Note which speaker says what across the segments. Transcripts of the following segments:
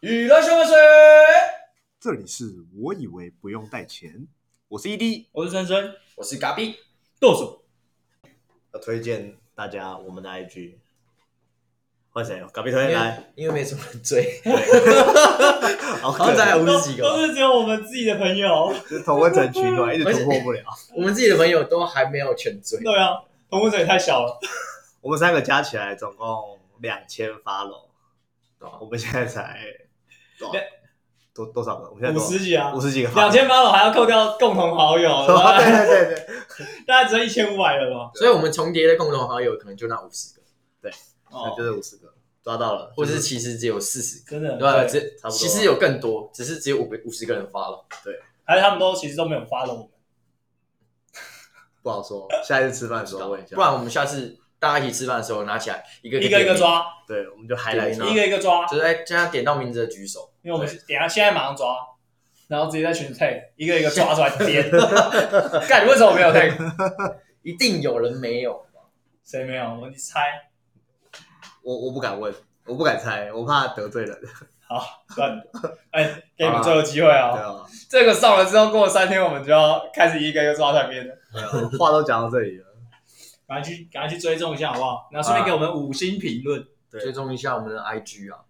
Speaker 1: 娱乐新闻水，
Speaker 2: 这里是我以为不用带钱，我是 ED，
Speaker 1: 我是森森，
Speaker 3: 我是嘎比，
Speaker 1: 剁手。
Speaker 2: 要推荐大家我们的 IG，换谁？搞壁推荐来，
Speaker 3: 因为没什么人追，
Speaker 2: 好
Speaker 3: 好
Speaker 2: 可
Speaker 3: 像才
Speaker 2: 怜，
Speaker 3: 五十几
Speaker 1: 都
Speaker 3: 个，
Speaker 1: 是只有我们自己的朋友。
Speaker 2: 哦 就是同温层取暖，一直突破不了。
Speaker 3: 我们自己的朋友都还没有全追。
Speaker 1: 对啊，同温者也太小了。
Speaker 2: 我们三个加起来总共两千发楼，我
Speaker 3: 哦
Speaker 2: 们现在才多少
Speaker 1: 两
Speaker 2: 多多少个？我们现在
Speaker 1: 五
Speaker 2: 多少
Speaker 1: 十几啊
Speaker 2: 五，十几个发
Speaker 1: 两。千八了还要扣掉共同好友，
Speaker 2: 对对对对，
Speaker 1: 大概只有一千五百了吧？
Speaker 3: 所以我们重叠的共同好友可能就那五十个，
Speaker 2: 那
Speaker 1: 哦
Speaker 2: 就，是五十个，抓到了，
Speaker 3: 或者
Speaker 2: 就是
Speaker 3: 其实只有四十个，
Speaker 1: 真的
Speaker 3: 对啊吧？
Speaker 1: 对，
Speaker 3: 只
Speaker 2: 差不多
Speaker 3: 其实有更多，只是只有五个五十个人发了。
Speaker 1: 还是他们都其实都没有发了我们。
Speaker 2: 不好说。下一次吃饭的时候问一下，
Speaker 3: 不然我们下次大家一起吃饭的时候拿起来一个
Speaker 1: 一个一个，抓，
Speaker 2: 对，我们就还来
Speaker 3: 对
Speaker 1: 一个一个抓，
Speaker 3: 就是哎，现在点到名字的举手，
Speaker 1: 因为我们等一下现在马上抓，然后直接在群里 tag 一个一个抓出来点。干，为什么没有 tag？
Speaker 3: 一定有人没有。
Speaker 1: 谁没有？你猜？
Speaker 2: 我我不敢问，我不敢猜，我怕得罪人。对
Speaker 1: 好，算了，哎、给你们最后机会哦。
Speaker 2: 啊，
Speaker 1: 这个上了之后，过了三天，我们就要开始一个一个抓团面了。
Speaker 2: 对啊话都讲到这里了，
Speaker 1: 赶快去，赶快去追踪一下，好不好？然后顺便给我们五星评论、
Speaker 2: 对
Speaker 3: 追踪一下我们的 IG 啊，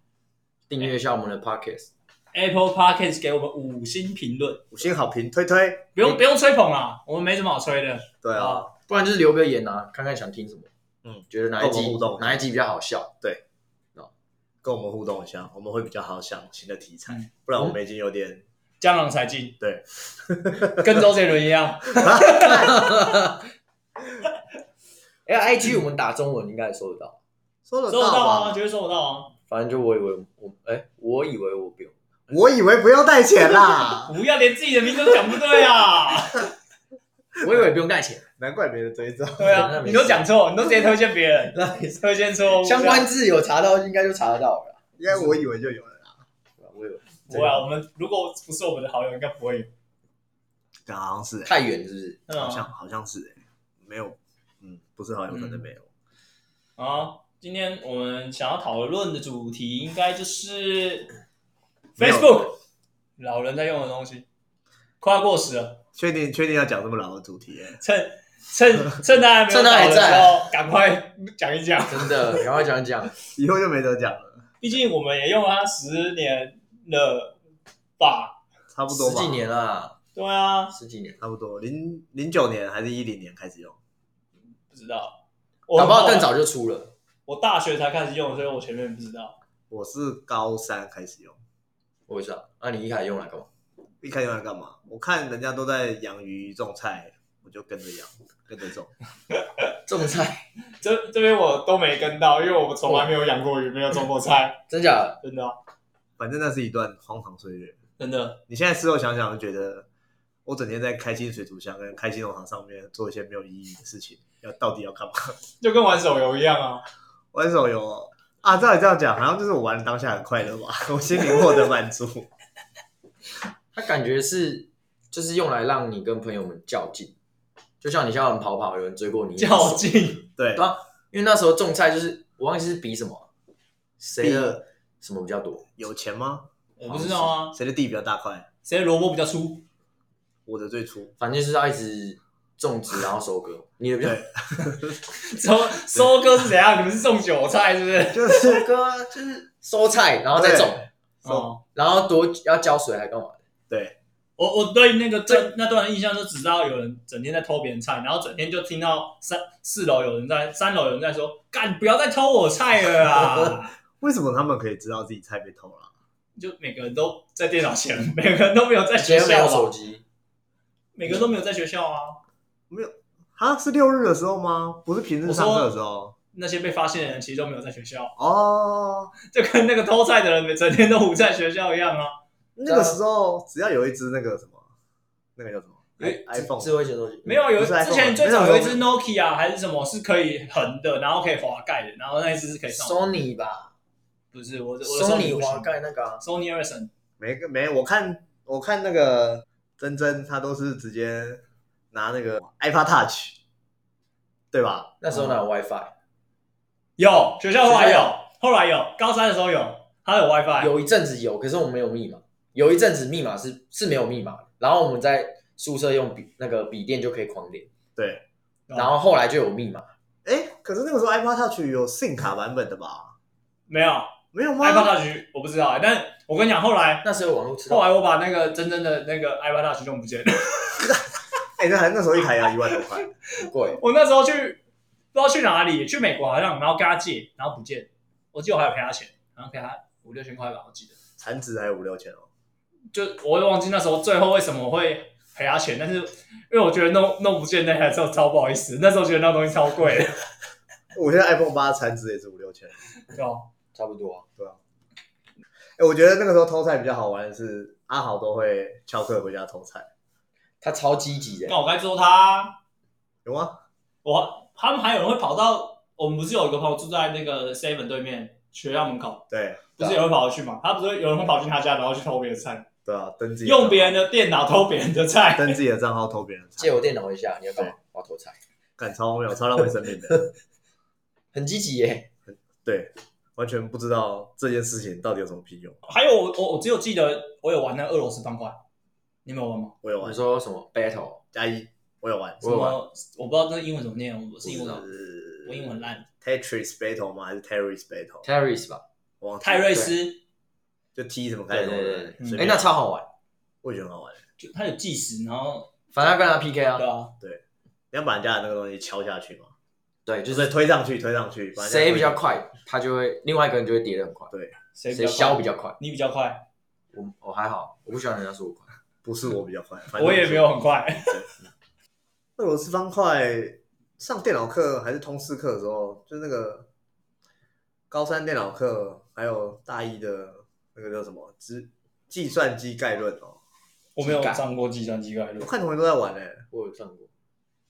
Speaker 3: 订阅一下我们的 Podcast，
Speaker 1: a p p l e Podcast 给我们五星评论，
Speaker 2: 五星好评推推。
Speaker 1: 不用不用吹捧啦，我们没什么好吹的。
Speaker 2: 对啊，
Speaker 3: 不然就是留个言啊，看看想听什么。
Speaker 2: 嗯，
Speaker 3: 觉得哪一
Speaker 2: 跟我
Speaker 3: 集
Speaker 2: 们互动
Speaker 3: 哪一集比较好笑？
Speaker 2: 跟我们互动一下，我们会比较好想新的题材
Speaker 1: 嗯，
Speaker 2: 不然我们已经有点
Speaker 1: 江郎才尽，
Speaker 2: 对，
Speaker 1: 跟周杰伦一 样。
Speaker 3: 哎、i g 我们打中文应该也收得到。
Speaker 2: 收得
Speaker 1: 收得到啊，
Speaker 2: 吧？
Speaker 1: 绝对收得到啊！
Speaker 3: 反正就我以为我我哎、我以为我不 用。
Speaker 2: 我以为不用带钱 啦，
Speaker 1: 不要连自己的名字都讲不对 啊！
Speaker 3: 我以为不用带钱，
Speaker 2: 难怪没人追踪。
Speaker 1: 对啊，你都讲错，你都直接推荐别 人，
Speaker 3: 那也是
Speaker 1: 推荐错误。
Speaker 3: 相关字有查到，应该就查得到了啦。
Speaker 2: 应该我以为就有了啦，
Speaker 3: 对吧哦我以为
Speaker 1: 不会啊，我们如果不是我们的好友，应该不会有。
Speaker 2: 对好像是欸，
Speaker 3: 太远是不是？
Speaker 1: 嗯
Speaker 2: 好像好像是欸，没有，嗯，不是好有可能没有。
Speaker 1: 好，今天我们想要讨论的主题应该就是
Speaker 2: 没有
Speaker 1: Facebook 老人在用的东西，快要过时了，
Speaker 2: 确定确定要讲这么老的主题欸？
Speaker 1: 趁趁趁大家没有
Speaker 3: 趁他还
Speaker 1: 老的时
Speaker 3: 在
Speaker 1: 候，赶快讲一讲。
Speaker 3: 真的，赶快讲一讲。
Speaker 2: 以后就没得讲了，
Speaker 1: 毕竟我们也用了它十年了吧？
Speaker 2: 差不多
Speaker 3: 十
Speaker 2: 吧
Speaker 3: 几，年啦，
Speaker 1: 对啊，
Speaker 3: 十几年，
Speaker 2: 差不多零零九年还是一零年开始用，
Speaker 1: 不知道，我
Speaker 3: 搞不好更早就出了。
Speaker 1: 我大学才开始用，所以我前面不知道。
Speaker 2: 我是高三开始用。
Speaker 3: 我不知道，那你一开始用来干嘛？
Speaker 2: 一开始用来干嘛？我看人家都在养鱼种菜，我就跟着养，跟着种。
Speaker 3: 种菜，
Speaker 1: 这这边我都没跟到，因为我从来没有养过鱼，没有种过菜，
Speaker 3: 真假的？
Speaker 1: 真的啊、
Speaker 2: 反正那是一段荒唐岁月。
Speaker 1: 真的。
Speaker 2: 你现在事后想想，就觉得我整天在开心水族箱跟开心农场上面做一些没有意义的事情，要到底要干嘛？
Speaker 1: 就跟玩手游一样啊，
Speaker 2: 玩手游哦啊，照你这样讲，好像就是我玩的当下很快乐吧，我心里获得满足。
Speaker 3: 它感觉是就是用来让你跟朋友们较劲，就像你像我们跑跑，有人追过你，
Speaker 1: 较劲。
Speaker 2: 对，
Speaker 3: 对啊，因为那时候种菜就是我忘记是比什么，啊谁的什么比较多，
Speaker 2: 有钱吗？
Speaker 1: 我不知道啊，
Speaker 2: 谁的地比较大块？
Speaker 1: 谁的萝卜比较粗？
Speaker 2: 我的最初。
Speaker 3: 反正就是要一直种植然后收割。你的比较
Speaker 2: 对，
Speaker 1: 收收割是怎样？你们是种韭菜是不是？
Speaker 2: 就是
Speaker 3: 收割啊，就是收菜然后再种，
Speaker 2: 收
Speaker 1: 哦，
Speaker 3: 然后多要浇水还干嘛？
Speaker 2: 对，
Speaker 1: 我我对那个这那段印象就只知道有人整天在偷别人菜，然后整天就听到三四楼有人在三楼有人在说：“干，不要再偷我菜了啊
Speaker 2: 为什么他们可以知道自己菜被偷了？！”
Speaker 1: 就每个人都在电脑前， 每个人都没有在学
Speaker 3: 谁没
Speaker 1: 校
Speaker 3: 有手
Speaker 1: 啊，
Speaker 3: 机？
Speaker 1: 每个人都没有在学校啊。
Speaker 2: 啊，是六日的时候吗？不是平日上课的时候
Speaker 1: 那些被发现的人其实都没有在学校，
Speaker 2: 哦。
Speaker 1: 就跟那个偷菜的人整天都不在学校一样啊。
Speaker 2: 那个时候只要有一只那个什么，那个叫什么
Speaker 3: 哎
Speaker 2: ？i iPhone
Speaker 3: 智慧型手机
Speaker 1: 没有，有
Speaker 2: 不是 iPhone
Speaker 1: 之前最早有一只 Nokia 还是什么是可以横的，然后可以滑盖的，然后那一只是可以上网。
Speaker 3: ，Sony 吧
Speaker 1: 不是我的我的
Speaker 3: ，Sony
Speaker 1: 不
Speaker 3: 滑
Speaker 1: 行
Speaker 3: 盖那个啊，
Speaker 1: Sony Ericsson
Speaker 2: 没个没，我看我看那个珍珍，她都是直接拿那个 iPad Touch，对吧？
Speaker 3: 嗯那时候哪有 WiFi？
Speaker 1: 有学校后来
Speaker 3: 学
Speaker 1: 有
Speaker 3: 校，
Speaker 1: 后来有高三的时候有，他有 WiFi，
Speaker 3: 有一阵子有，可是我们没有密码。有一阵子密码是是没有密码的，然后我们在宿舍用笔那个笔电就可以狂点，
Speaker 2: 对，
Speaker 1: 哦
Speaker 3: 然后后来就有密码。
Speaker 2: 哎，可是那个时候 iPod Touch 有 SIM 卡版本的吧？
Speaker 1: 没有
Speaker 2: 没有吗
Speaker 1: iPad Touch 我不知道欸，但我跟你讲，后来
Speaker 3: 那时候网络吃
Speaker 1: 后
Speaker 3: 到，
Speaker 1: 来我把那个真正的那个 iPad Touch 用不见了。
Speaker 2: 哎，那还那时候一台要一万多块，
Speaker 3: 很贵，
Speaker 1: 我那时候去不知道去哪里，去美国好像，然后跟他借，然后不见，我记得我还有赔他钱，然后赔他五六千块吧，我记得。
Speaker 2: 残值还有五六千哦。
Speaker 1: 就我也忘记那时候最后为什么我会赔他钱，但是因为我觉得弄弄不见那台之后超不好意思，那时候觉得那东西超贵的，
Speaker 2: 我现在 iPhone 八残值也是五六千。
Speaker 1: 对吧？
Speaker 3: 差不多啊。
Speaker 2: 哎，我觉得那个时候偷菜比较好玩的是，阿豪都会翘课回家偷菜，
Speaker 3: 他超积极的，
Speaker 1: 那我该揍他，
Speaker 2: 有吗？
Speaker 1: 我他们还有人会跑到我们不是有一个朋友住在那个 seven 对面学校门口，
Speaker 2: 对
Speaker 1: 不是有人会跑去嘛？他不是有人会跑去他家，然后去偷别人的菜，
Speaker 2: 对啊，登记
Speaker 1: 用别人的电脑偷别人的菜，
Speaker 2: 登自己的账号偷别人的菜
Speaker 3: 借，我电脑一下，你要干嘛？我要投菜，
Speaker 2: 干超荒谬，超浪费生命的。
Speaker 3: 很积极耶。
Speaker 2: 对，完全不知道这件事情到底有什么屁用。
Speaker 1: 还有我我我只有记得我有玩那个俄罗斯方块，你们有玩吗？
Speaker 2: 我有
Speaker 3: 我
Speaker 2: 玩
Speaker 3: 说什么 battle？
Speaker 2: 加一，我有玩，
Speaker 1: 什
Speaker 3: 我有玩
Speaker 1: 么我不知道那英文怎么念，我是英文老师，
Speaker 2: 是
Speaker 1: 我英文烂。
Speaker 2: Tetris Battle 吗？还是 Terrace Battle？
Speaker 3: Terrace 吧？
Speaker 2: 我忘记
Speaker 1: 泰瑞斯
Speaker 2: 就 T 什么开头
Speaker 3: 对对
Speaker 2: 的
Speaker 3: 对，
Speaker 1: 对嗯
Speaker 2: 随
Speaker 3: 哎，
Speaker 2: 便
Speaker 3: 那超好玩，
Speaker 2: 我也觉得很好玩。
Speaker 1: 就他有计时，然后
Speaker 3: 反正要跟他 PK
Speaker 1: 对
Speaker 3: 啊。
Speaker 1: 啊，
Speaker 2: 你要把人家的那个东西敲下去嘛，
Speaker 3: 对，
Speaker 2: 就
Speaker 3: 就是是
Speaker 2: 推上去，推上去，把人家
Speaker 3: 谁比较
Speaker 2: 推上去
Speaker 3: 快，他就会另外一个人就会跌得很快，
Speaker 1: 谁
Speaker 3: 谁
Speaker 1: 快
Speaker 3: 消比较快。
Speaker 1: 你比较快，
Speaker 3: 我我还好，我不喜欢人家说我快。
Speaker 2: 不是我比较快，反正
Speaker 1: 我也没有很 快。
Speaker 2: 俄罗斯方块上电脑课还是通识课的时候，就是那个高三电脑课，还有大一的那个叫什么计计算机概论哦，
Speaker 1: 我没有上过计算机概
Speaker 2: 我
Speaker 1: 论，
Speaker 2: 看同学都在玩嘞、
Speaker 3: 我有上过。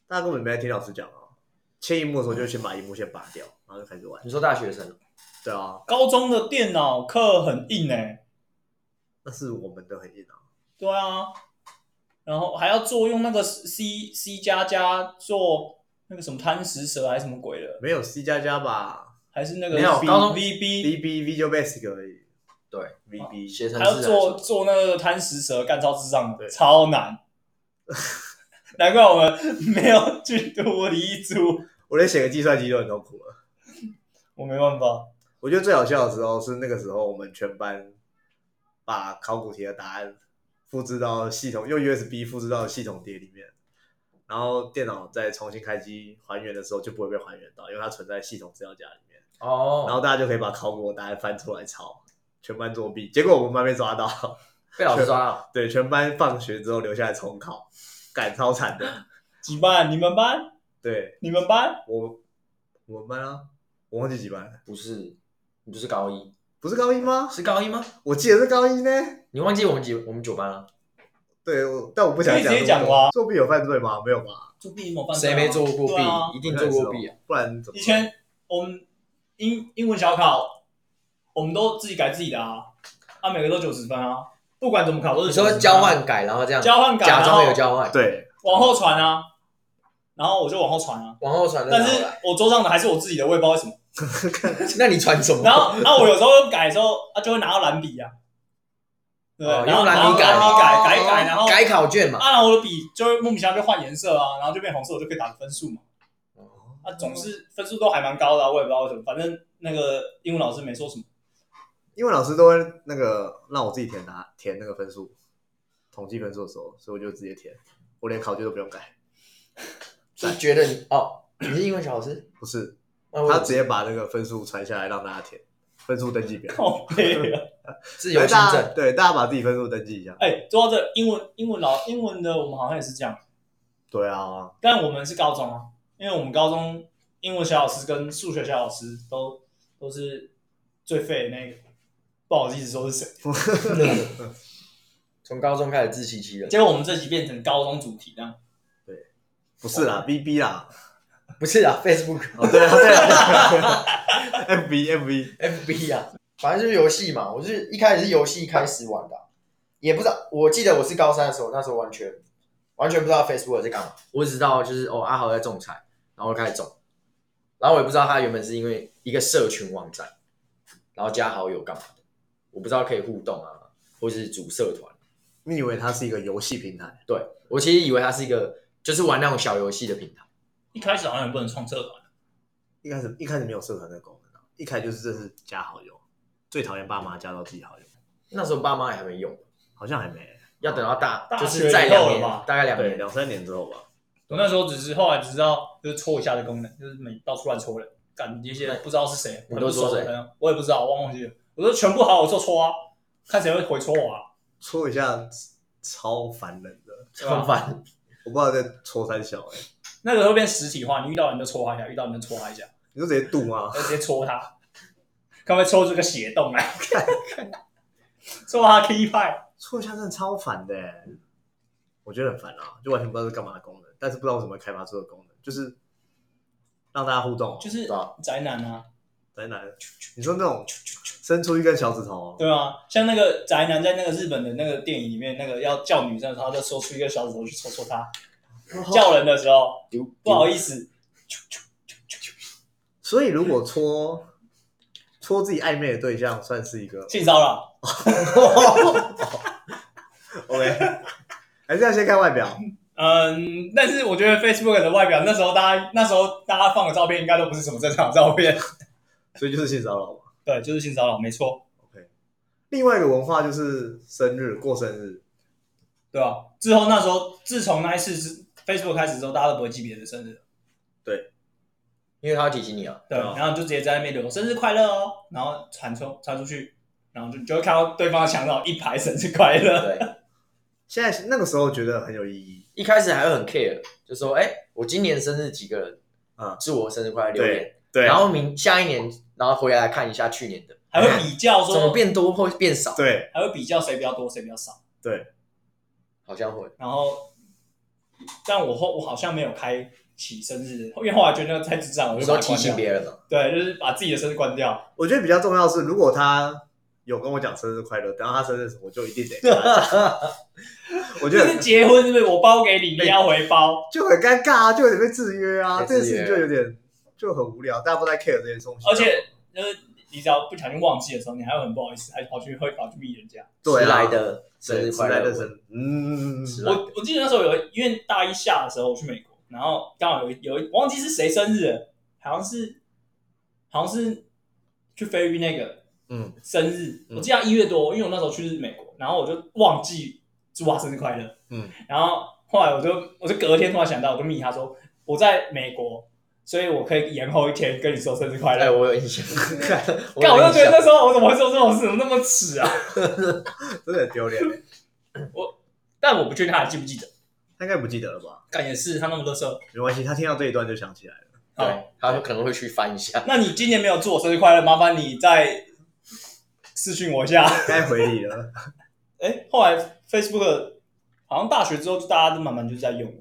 Speaker 2: 大家根本没在听老师讲啊。切荧幕的时候就先把荧幕先拔掉，然后就开始玩。
Speaker 3: 你说大学生，
Speaker 2: 对啊，
Speaker 1: 高中的电脑课很硬哎、
Speaker 2: 那是我们的很硬啊。
Speaker 1: 对啊，然后还要做用那个 C C 加加做那个什么贪食蛇还是什么鬼的，
Speaker 2: 没有 C 加加吧
Speaker 1: 还是那个
Speaker 3: 没有高中
Speaker 1: V B，
Speaker 2: ，VB Visual Basic 而已
Speaker 3: 对，
Speaker 2: ，VB
Speaker 3: 写程
Speaker 1: 还
Speaker 3: 式还
Speaker 1: 要
Speaker 3: 是啊
Speaker 1: 做做那个贪食蛇干超智障的，
Speaker 2: 对
Speaker 1: 超 难。难怪我们没有去读黎族，
Speaker 2: 我连写个计算机都很痛苦了。
Speaker 1: 我没办法。
Speaker 2: 我觉得最好笑的时候是那个时候，我们全班把考古题的答案复制到系统，用 USB 复制到系统碟里面，然后电脑再重新开机还原的时候就不会被还原到，因为它存在系统资料夹里面。然
Speaker 3: 哦，
Speaker 2: 后大家就可以把考古的答案翻出来抄，全班作弊。结果我们班被抓到，
Speaker 3: 被老师抓到，
Speaker 2: 对，全班放学之后留下来重考，赶超惨的。
Speaker 1: 几班？你们班？
Speaker 2: 对
Speaker 1: 你们班？
Speaker 2: 我，我们班啊，我忘记几班了，
Speaker 3: 不是，你就是高一，
Speaker 2: 不是高一吗？
Speaker 3: 是高一吗？
Speaker 2: 我记得是高一呢。
Speaker 3: 你忘记我们几我们九班了？
Speaker 2: 对，我但我不想
Speaker 1: 可以直接
Speaker 2: 讲
Speaker 1: 讲吧。
Speaker 2: 作弊有犯罪吗？没有吧？
Speaker 1: 作弊有犯罪
Speaker 3: 谁
Speaker 1: 啊
Speaker 3: 没做过
Speaker 1: 对啊
Speaker 3: 弊？一定做过弊啊！
Speaker 2: 不然怎么？
Speaker 1: 以前我们英英文小考，我们都自己改自己的啊，啊，每个都九十分啊，不管怎么考都
Speaker 3: 哦你
Speaker 1: 是90
Speaker 3: 说
Speaker 1: 分啊
Speaker 3: 交换改，然后这样
Speaker 1: 交换改，
Speaker 3: 假装有
Speaker 1: 然后
Speaker 3: 交换，
Speaker 2: 对，
Speaker 1: 往后传啊，然后我就往后传啊，
Speaker 3: 往后传的
Speaker 1: 但
Speaker 3: 拿
Speaker 1: 是
Speaker 3: 过来。
Speaker 1: 我桌上的还是我自己的，我也不知道为什么。
Speaker 3: 那你传什么？
Speaker 1: 然后，啊，我有时候改的时候，啊，就会拿到蓝笔啊，对不对，
Speaker 3: 哦
Speaker 1: 然后
Speaker 3: 用蓝
Speaker 1: 然后
Speaker 3: 笔改哦
Speaker 1: 蓝笔改改一改，然后
Speaker 3: 改考卷嘛。
Speaker 1: 啊，然后我的笔就会莫名其妙被换颜色啊，然后就变红色，我就可以打分数嘛。啊，总是分数都还蛮高的啊、我也不知道为什么，反正那个英文老师没说什么。
Speaker 2: 因为老师都会那个让我自己填答填那个分数，统计分数的时候，所以我就直接填，我连考卷都不用改。
Speaker 3: 是觉得你哦，你是英文小老师，
Speaker 2: 不是，
Speaker 3: 那我
Speaker 2: 他直接把那个分数传下来让大家填分数登记表，
Speaker 1: 靠背啊！
Speaker 3: 自由行
Speaker 2: 大家
Speaker 3: 政，
Speaker 2: 对大家把自己分数登记一下。
Speaker 1: 哎，说到这，英文英文老英文的我们好像也是这样，
Speaker 2: 对啊，
Speaker 1: 但我们是高中啊，因为我们高中英文小老师跟数学小老师都都是最废的那个，不好意思说是谁。
Speaker 3: 从高中开始自欺欺人，
Speaker 1: 结果我们这集变成高中主题这样，
Speaker 2: 不是啦，B B 啦，
Speaker 3: 不是啊，Facebook、
Speaker 2: 哦对啊对啊，F B F B，
Speaker 3: FB 啊，反正就是游戏嘛。我是一开始是游戏开始玩的啊，也不知道，我记得我是高三的时候，那时候完全完全不知道 Facebook 在干嘛，我只知道就是哦，阿豪在种菜，然后我开始种，然后我也不知道他原本是因为一个社群网站，然后加好友干嘛的，我不知道可以互动啊，或是组社团。
Speaker 2: 你以为它是一个游戏平台？
Speaker 3: 对我其实以为它是一个就是玩那种小游戏的平台，
Speaker 1: 一开始好像也不能创社团，
Speaker 2: 一开始一开始没有社团的功能啊，一开始就是这是加好友，最讨厌爸妈加到自己好友，
Speaker 3: 那时候爸妈也还没用，
Speaker 2: 好像还没，
Speaker 3: 要等到大
Speaker 1: 哦大学
Speaker 3: 就是在两年
Speaker 1: 以后了吧
Speaker 3: 大概两
Speaker 2: 对，
Speaker 3: 年，
Speaker 2: 两三年之后吧。
Speaker 1: 我那时候只是后来只知道就是戳一下的功能，就是每到处乱戳人，感那些不知道是谁，
Speaker 3: 你都戳
Speaker 1: 很不熟
Speaker 3: 谁
Speaker 1: 的朋友，我也不知道，我忘记了，我说全部好友做戳啊，看谁会回戳我啊，
Speaker 2: 戳一下超烦人的，
Speaker 3: 超
Speaker 1: 啊
Speaker 3: 烦。
Speaker 2: 我不知道在戳三小哎、
Speaker 1: 那个会变实体化，你遇到人就戳他一下，遇到人就戳他一下，
Speaker 2: 你就直接堵吗？
Speaker 1: 就直接戳他，看会不会戳出个血洞来，戳他 K 派，
Speaker 2: 戳一下真的超烦的、欸，我觉得很烦啊，就完全不知道是干嘛的功能，但是不知道为什么会开发出的功能，就是让大家互动，哦
Speaker 1: 就是
Speaker 3: 对啊
Speaker 1: 宅男啊，
Speaker 2: 宅男，你说那种伸出一根小指头，哦
Speaker 1: 对啊，像那个宅男在那个日本的那个电影里面，那个要叫女生的时候，他就说出一个小指头去戳戳他，叫人的时候
Speaker 3: 丢
Speaker 1: 不好意思，
Speaker 2: 所以如果戳戳自己暧昧的对象，算是一个
Speaker 1: 性骚扰，
Speaker 2: OK，还是要先看外表，
Speaker 1: 嗯，但是我觉得 Facebook 的外表那时候大家那时候大家放的照片应该都不是什么正常的照片，
Speaker 2: 所以就是性骚扰嘛。
Speaker 1: 对，就是性骚扰，没错，
Speaker 2: OK，另外一个文化就是生日过生日，
Speaker 1: 对吧？之后那时候自从那一次之 Facebook 开始之后，大家都不会记别人的生日了。
Speaker 3: 因为他要提醒你啊，
Speaker 1: 对，
Speaker 2: 啊
Speaker 1: 然后就直接在那边留生日快乐哦，然后传出传出去，然后就就会看到对方的墙上有一排生日快乐，
Speaker 3: 对，
Speaker 2: 现在那个时候觉得很有意义，
Speaker 3: 一开始还会很 care，就说哎、我今年生日几个人，
Speaker 2: 嗯
Speaker 3: 祝我生日快乐留
Speaker 1: 啊
Speaker 3: 言，
Speaker 2: 对
Speaker 3: 然后明下一年，然后回来看一下去年的，
Speaker 1: 还会比较
Speaker 3: 怎么
Speaker 1: 说，
Speaker 3: 变多或变少，
Speaker 2: 对
Speaker 1: 还会比较谁比较多谁比较少，
Speaker 2: 对，
Speaker 3: 好像会，
Speaker 1: 然后，但我后我好像没有开启生日，因为后来觉得那个太智障了，我
Speaker 3: 你
Speaker 1: 就把它
Speaker 3: 说提
Speaker 1: 关啊
Speaker 3: 醒
Speaker 1: 掉。
Speaker 3: 别人了，
Speaker 1: 对，就是把自己的生日关掉，
Speaker 2: 我觉得比较重要的是，如果他有跟我讲生日快乐，等到他生日的时候我就一 定得跟他讲，我
Speaker 1: 就
Speaker 2: 觉
Speaker 1: 是
Speaker 2: 得
Speaker 1: 结婚是不是？我包给你，你要回包，
Speaker 2: 就很尴尬啊，就有点被制约啊，
Speaker 3: 被
Speaker 2: 这件
Speaker 3: 制
Speaker 2: 事情
Speaker 3: 约
Speaker 2: 就有点就很无聊，大家不太 care 这些东西，
Speaker 1: 而且就是你只要不小心忘记的时候，你还会很不好意思，还跑去会跑去密人家。
Speaker 2: 对
Speaker 3: 迟
Speaker 2: 啊
Speaker 3: 来的生日快
Speaker 2: 对
Speaker 3: 乐
Speaker 2: 迟来的
Speaker 3: 文，
Speaker 2: 生，嗯，
Speaker 3: 迟来的
Speaker 1: 我我记得那时候有，因为大一下的时候我去美国，然后刚好有一有一我忘记是谁生日了，好像是好像是去菲律宾那个
Speaker 2: 嗯，
Speaker 1: 生日，
Speaker 2: 嗯
Speaker 1: 我记得他一月多，因为我那时候去美国，然后我就忘记祝他生日快乐，
Speaker 2: 嗯，
Speaker 1: 然后后来我就我就隔天突然想到，我就密他说我在美国，所以我可以延后一天跟你说生日快
Speaker 3: 哎，
Speaker 1: 乐。
Speaker 3: 我有印象，
Speaker 1: 干，我就觉得
Speaker 3: 有印象
Speaker 1: 那时候我怎么会做这种事，怎么那么耻啊！
Speaker 2: 真的很丢脸欸，
Speaker 1: 但我不确定他还记不记得，
Speaker 2: 他应该不记得了吧？
Speaker 1: 感也是他那么乐色。
Speaker 2: 没关系，他听到这一段就想起来了。
Speaker 1: 好
Speaker 3: 对，他可能会去翻一下，
Speaker 1: 那你今年没有祝我生日快乐，麻烦你再私讯我一下。
Speaker 2: 该回你了。
Speaker 1: 哎、后来 Facebook 好像大学之后，就大家都慢慢就在用，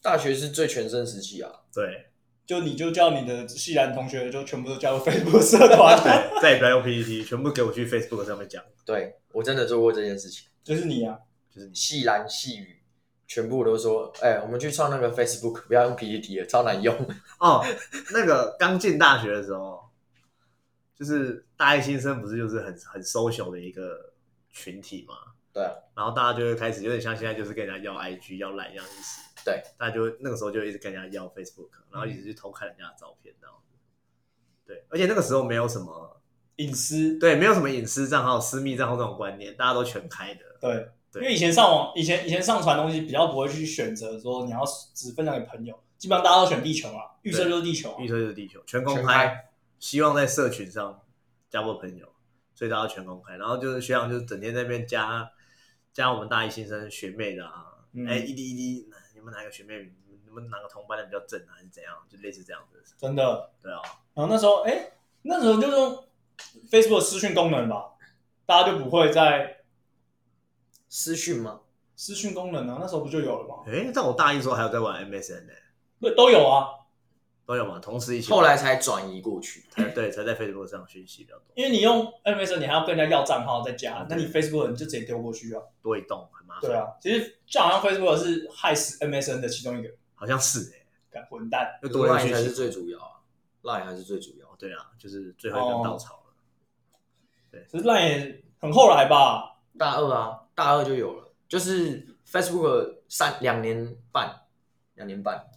Speaker 3: 大学是最全盛时期啊，
Speaker 2: 对，
Speaker 1: 就你就叫你的系男同学就全部都加入 Facebook 社 团，
Speaker 2: 对，再也不要用 PPT，全部给我去 Facebook 上面讲，
Speaker 3: 对我真的做过这件事情，
Speaker 1: 就是你啊，
Speaker 2: 就是你。
Speaker 3: 细蓝细语。全部都说，哎、我们去创那个 Facebook，不要用 PPT 了，超难用。
Speaker 2: 哦，那个刚进大学的时候，就是大一新生不是就是很很 social 的一个群体嘛，
Speaker 3: 对啊，
Speaker 2: 然后大家就会开始有点像现在就是跟人家要 IG 要懒一样意思。
Speaker 3: 对，嗯
Speaker 2: 大家就会那个时候就一直跟人家要 Facebook，然后一直去偷看人家的照片这样子。对，而且那个时候没有什么
Speaker 1: 隐私。
Speaker 2: 对，没有什么隐私账号、私密账号这种观念，大家都全开的。
Speaker 1: 对，因
Speaker 2: 对
Speaker 1: 为以前上网，以前以前上传东西比较不会去选择说你要只分享给朋友，基本上大家都选地球啊，预设就是地球啊
Speaker 2: 预。测就是地球全公
Speaker 3: 全
Speaker 2: 开
Speaker 3: 开，
Speaker 2: 希望在社群上交过朋友，所以大家全公开。然后就是学长就是整天在那边加加我们大一新生学妹的啊，哎、
Speaker 1: 嗯
Speaker 2: 一滴一滴，你们哪个学妹，你们哪个同班的比较正啊，还是怎样？就类似这样子，
Speaker 1: 真的。
Speaker 2: 对啊，
Speaker 1: 然后那时候，哎、那时候就是用 Facebook 私讯功能吧，大家就不会在
Speaker 3: 私讯吗？
Speaker 1: 私讯功能啊，那时候不就有了吗？
Speaker 2: 哎、但我大一的时候还有在玩 MSN 呢、
Speaker 1: 不都有啊，
Speaker 2: 都有嘛，同时一起玩。
Speaker 3: 后来才转移过去。
Speaker 2: 才对，才在 Facebook 上讯息比较多，
Speaker 1: 因为你用 MSN 你还要跟人家要账号再加
Speaker 2: 嗯，
Speaker 1: 那你 Facebook 你就直接丢过去啊。
Speaker 2: 多一动很麻烦。
Speaker 1: 对，啊，其实就好像 Facebook 是害死 MSN 的其中一个，
Speaker 2: 好像是哎、
Speaker 1: 干混蛋。
Speaker 2: 又多了一
Speaker 3: Line
Speaker 2: 个
Speaker 3: 才
Speaker 2: 讯
Speaker 3: 是
Speaker 2: 息。
Speaker 3: 最主要啊，Line 还是最主要。
Speaker 2: 哦，对啊，就是最后一根
Speaker 1: 哦
Speaker 2: 稻草了。
Speaker 1: 只是烂也很后来吧，
Speaker 3: 大二啊，大二就有了，就是 Facebook 三两年半，两年半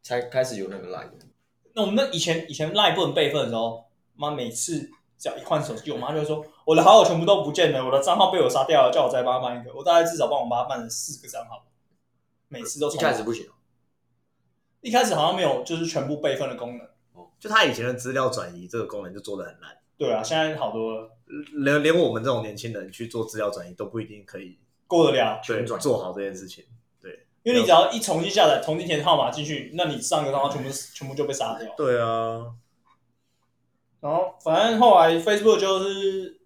Speaker 3: 才开始有那个 Line 的。
Speaker 1: 那我们那以前以前赖不能备份的时候，妈每次只要一换手机，我妈就会说我的好友全部都不见了，我的账号被我杀掉了，叫我再帮她办一个。我大概至少帮我妈办了四个账号，每次都
Speaker 3: 一
Speaker 1: 重
Speaker 3: 开始
Speaker 1: 来。
Speaker 3: 不行，
Speaker 1: 一开始好像没有就是全部备份的功能。
Speaker 2: 就他以前的资料转移这个功能就做的很烂，
Speaker 1: 对啊，现在好多了，
Speaker 2: 连连我们这种年轻人去做资料转移都不一定可以
Speaker 1: 过得了，
Speaker 2: 对
Speaker 3: 全转移
Speaker 2: 做好这件事情。
Speaker 1: 因为你只要一重新下载，重新填号码进去，那你上个账号全部全部就被杀掉。
Speaker 2: 对啊，
Speaker 1: 然后反正后来 Facebook 就是，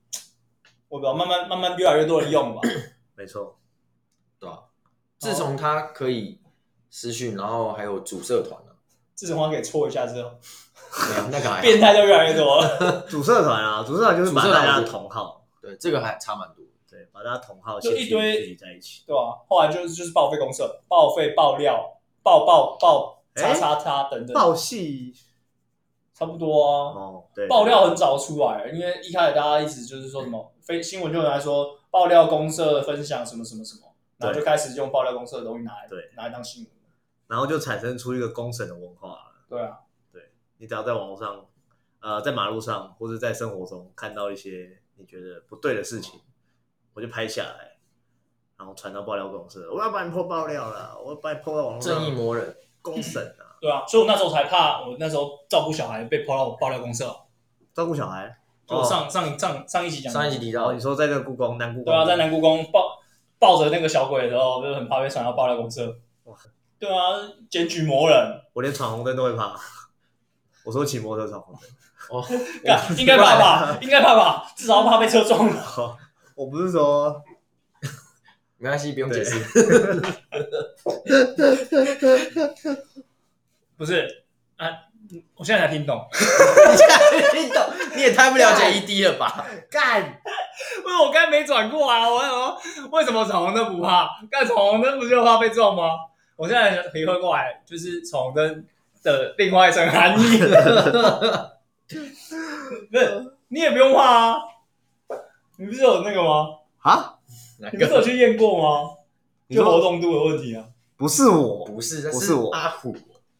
Speaker 1: 我不知道，慢慢慢慢越来越多人用吧。
Speaker 2: 没错，
Speaker 3: 对吧、自从他可以私讯，然后还有主社团了、
Speaker 1: 自从它可以搓一下之后，
Speaker 3: 没有那个还好
Speaker 1: 变态就越来越多了。
Speaker 2: 主社团啊，主社团就是把
Speaker 3: 主社团
Speaker 2: 大家
Speaker 3: 我觉得
Speaker 2: 同号，
Speaker 3: 对这个还差蛮多。
Speaker 2: 对，把大家同号
Speaker 1: 就
Speaker 2: 先
Speaker 1: 一堆
Speaker 2: 聚集在一起。
Speaker 1: 对啊，后来就是就是报废公社、报废爆料、爆爆爆叉叉叉等等，
Speaker 2: 报系
Speaker 1: 差不多啊。
Speaker 2: 哦，对，
Speaker 1: 爆料很早出来，因为一开始大家一直就是说什么非新闻就拿来说爆料公社分享什么什么什么，然后就开始用爆料公社的东西拿来
Speaker 2: 对
Speaker 1: 拿来当新闻。
Speaker 2: 然后就产生出一个公审的文化了。
Speaker 1: 对啊，
Speaker 2: 你只要在网络上，呃，在马路上或者在生活中看到一些你觉得不对的事情，我就拍下来，然后传到爆料公社，我要把你破爆料了，我要把你破到网络上，
Speaker 3: 正义魔人，
Speaker 2: 公审啊，
Speaker 1: 对啊，所以我那时候才怕，我那时候照顾小孩被抛到我爆料公社，
Speaker 2: 照顾小孩。哦
Speaker 1: 就我上、上上上一集讲的
Speaker 3: 哦上一集提
Speaker 2: 然后
Speaker 3: 到
Speaker 2: 你说在那个故宫南故宫，
Speaker 1: 对啊，在南故宫抱抱着那个小鬼的时候，就是很怕被传到爆料公社
Speaker 2: 哇。
Speaker 1: 对啊，检举魔人，
Speaker 2: 我连闯红灯都会怕。 我说骑摩托车闯红灯，
Speaker 3: 哦，
Speaker 1: 干应该怕吧？应该怕吧？至少怕被车撞了。
Speaker 2: 好哦我不是说
Speaker 3: 没关系，不用解释。
Speaker 1: 不是啊，我现在才听懂，
Speaker 3: 你懂，你也太不了解 ED 了吧？
Speaker 2: 干，
Speaker 1: 因为我刚才没转过啊。我想说，为什么闯红灯不怕？干闯红灯不就怕被撞吗？我现在才体会过来，就是闯红灯的另外一层含义。 不是，你也不用怕啊。你不是有那个吗？
Speaker 2: 啊，
Speaker 3: 哪
Speaker 1: 你不是有
Speaker 3: 个？
Speaker 1: 去验过吗？
Speaker 2: 你
Speaker 1: 就
Speaker 2: 说
Speaker 1: 活动度的问题啊。
Speaker 2: 不是我，
Speaker 3: 不是，那
Speaker 2: 不是我
Speaker 3: 阿虎，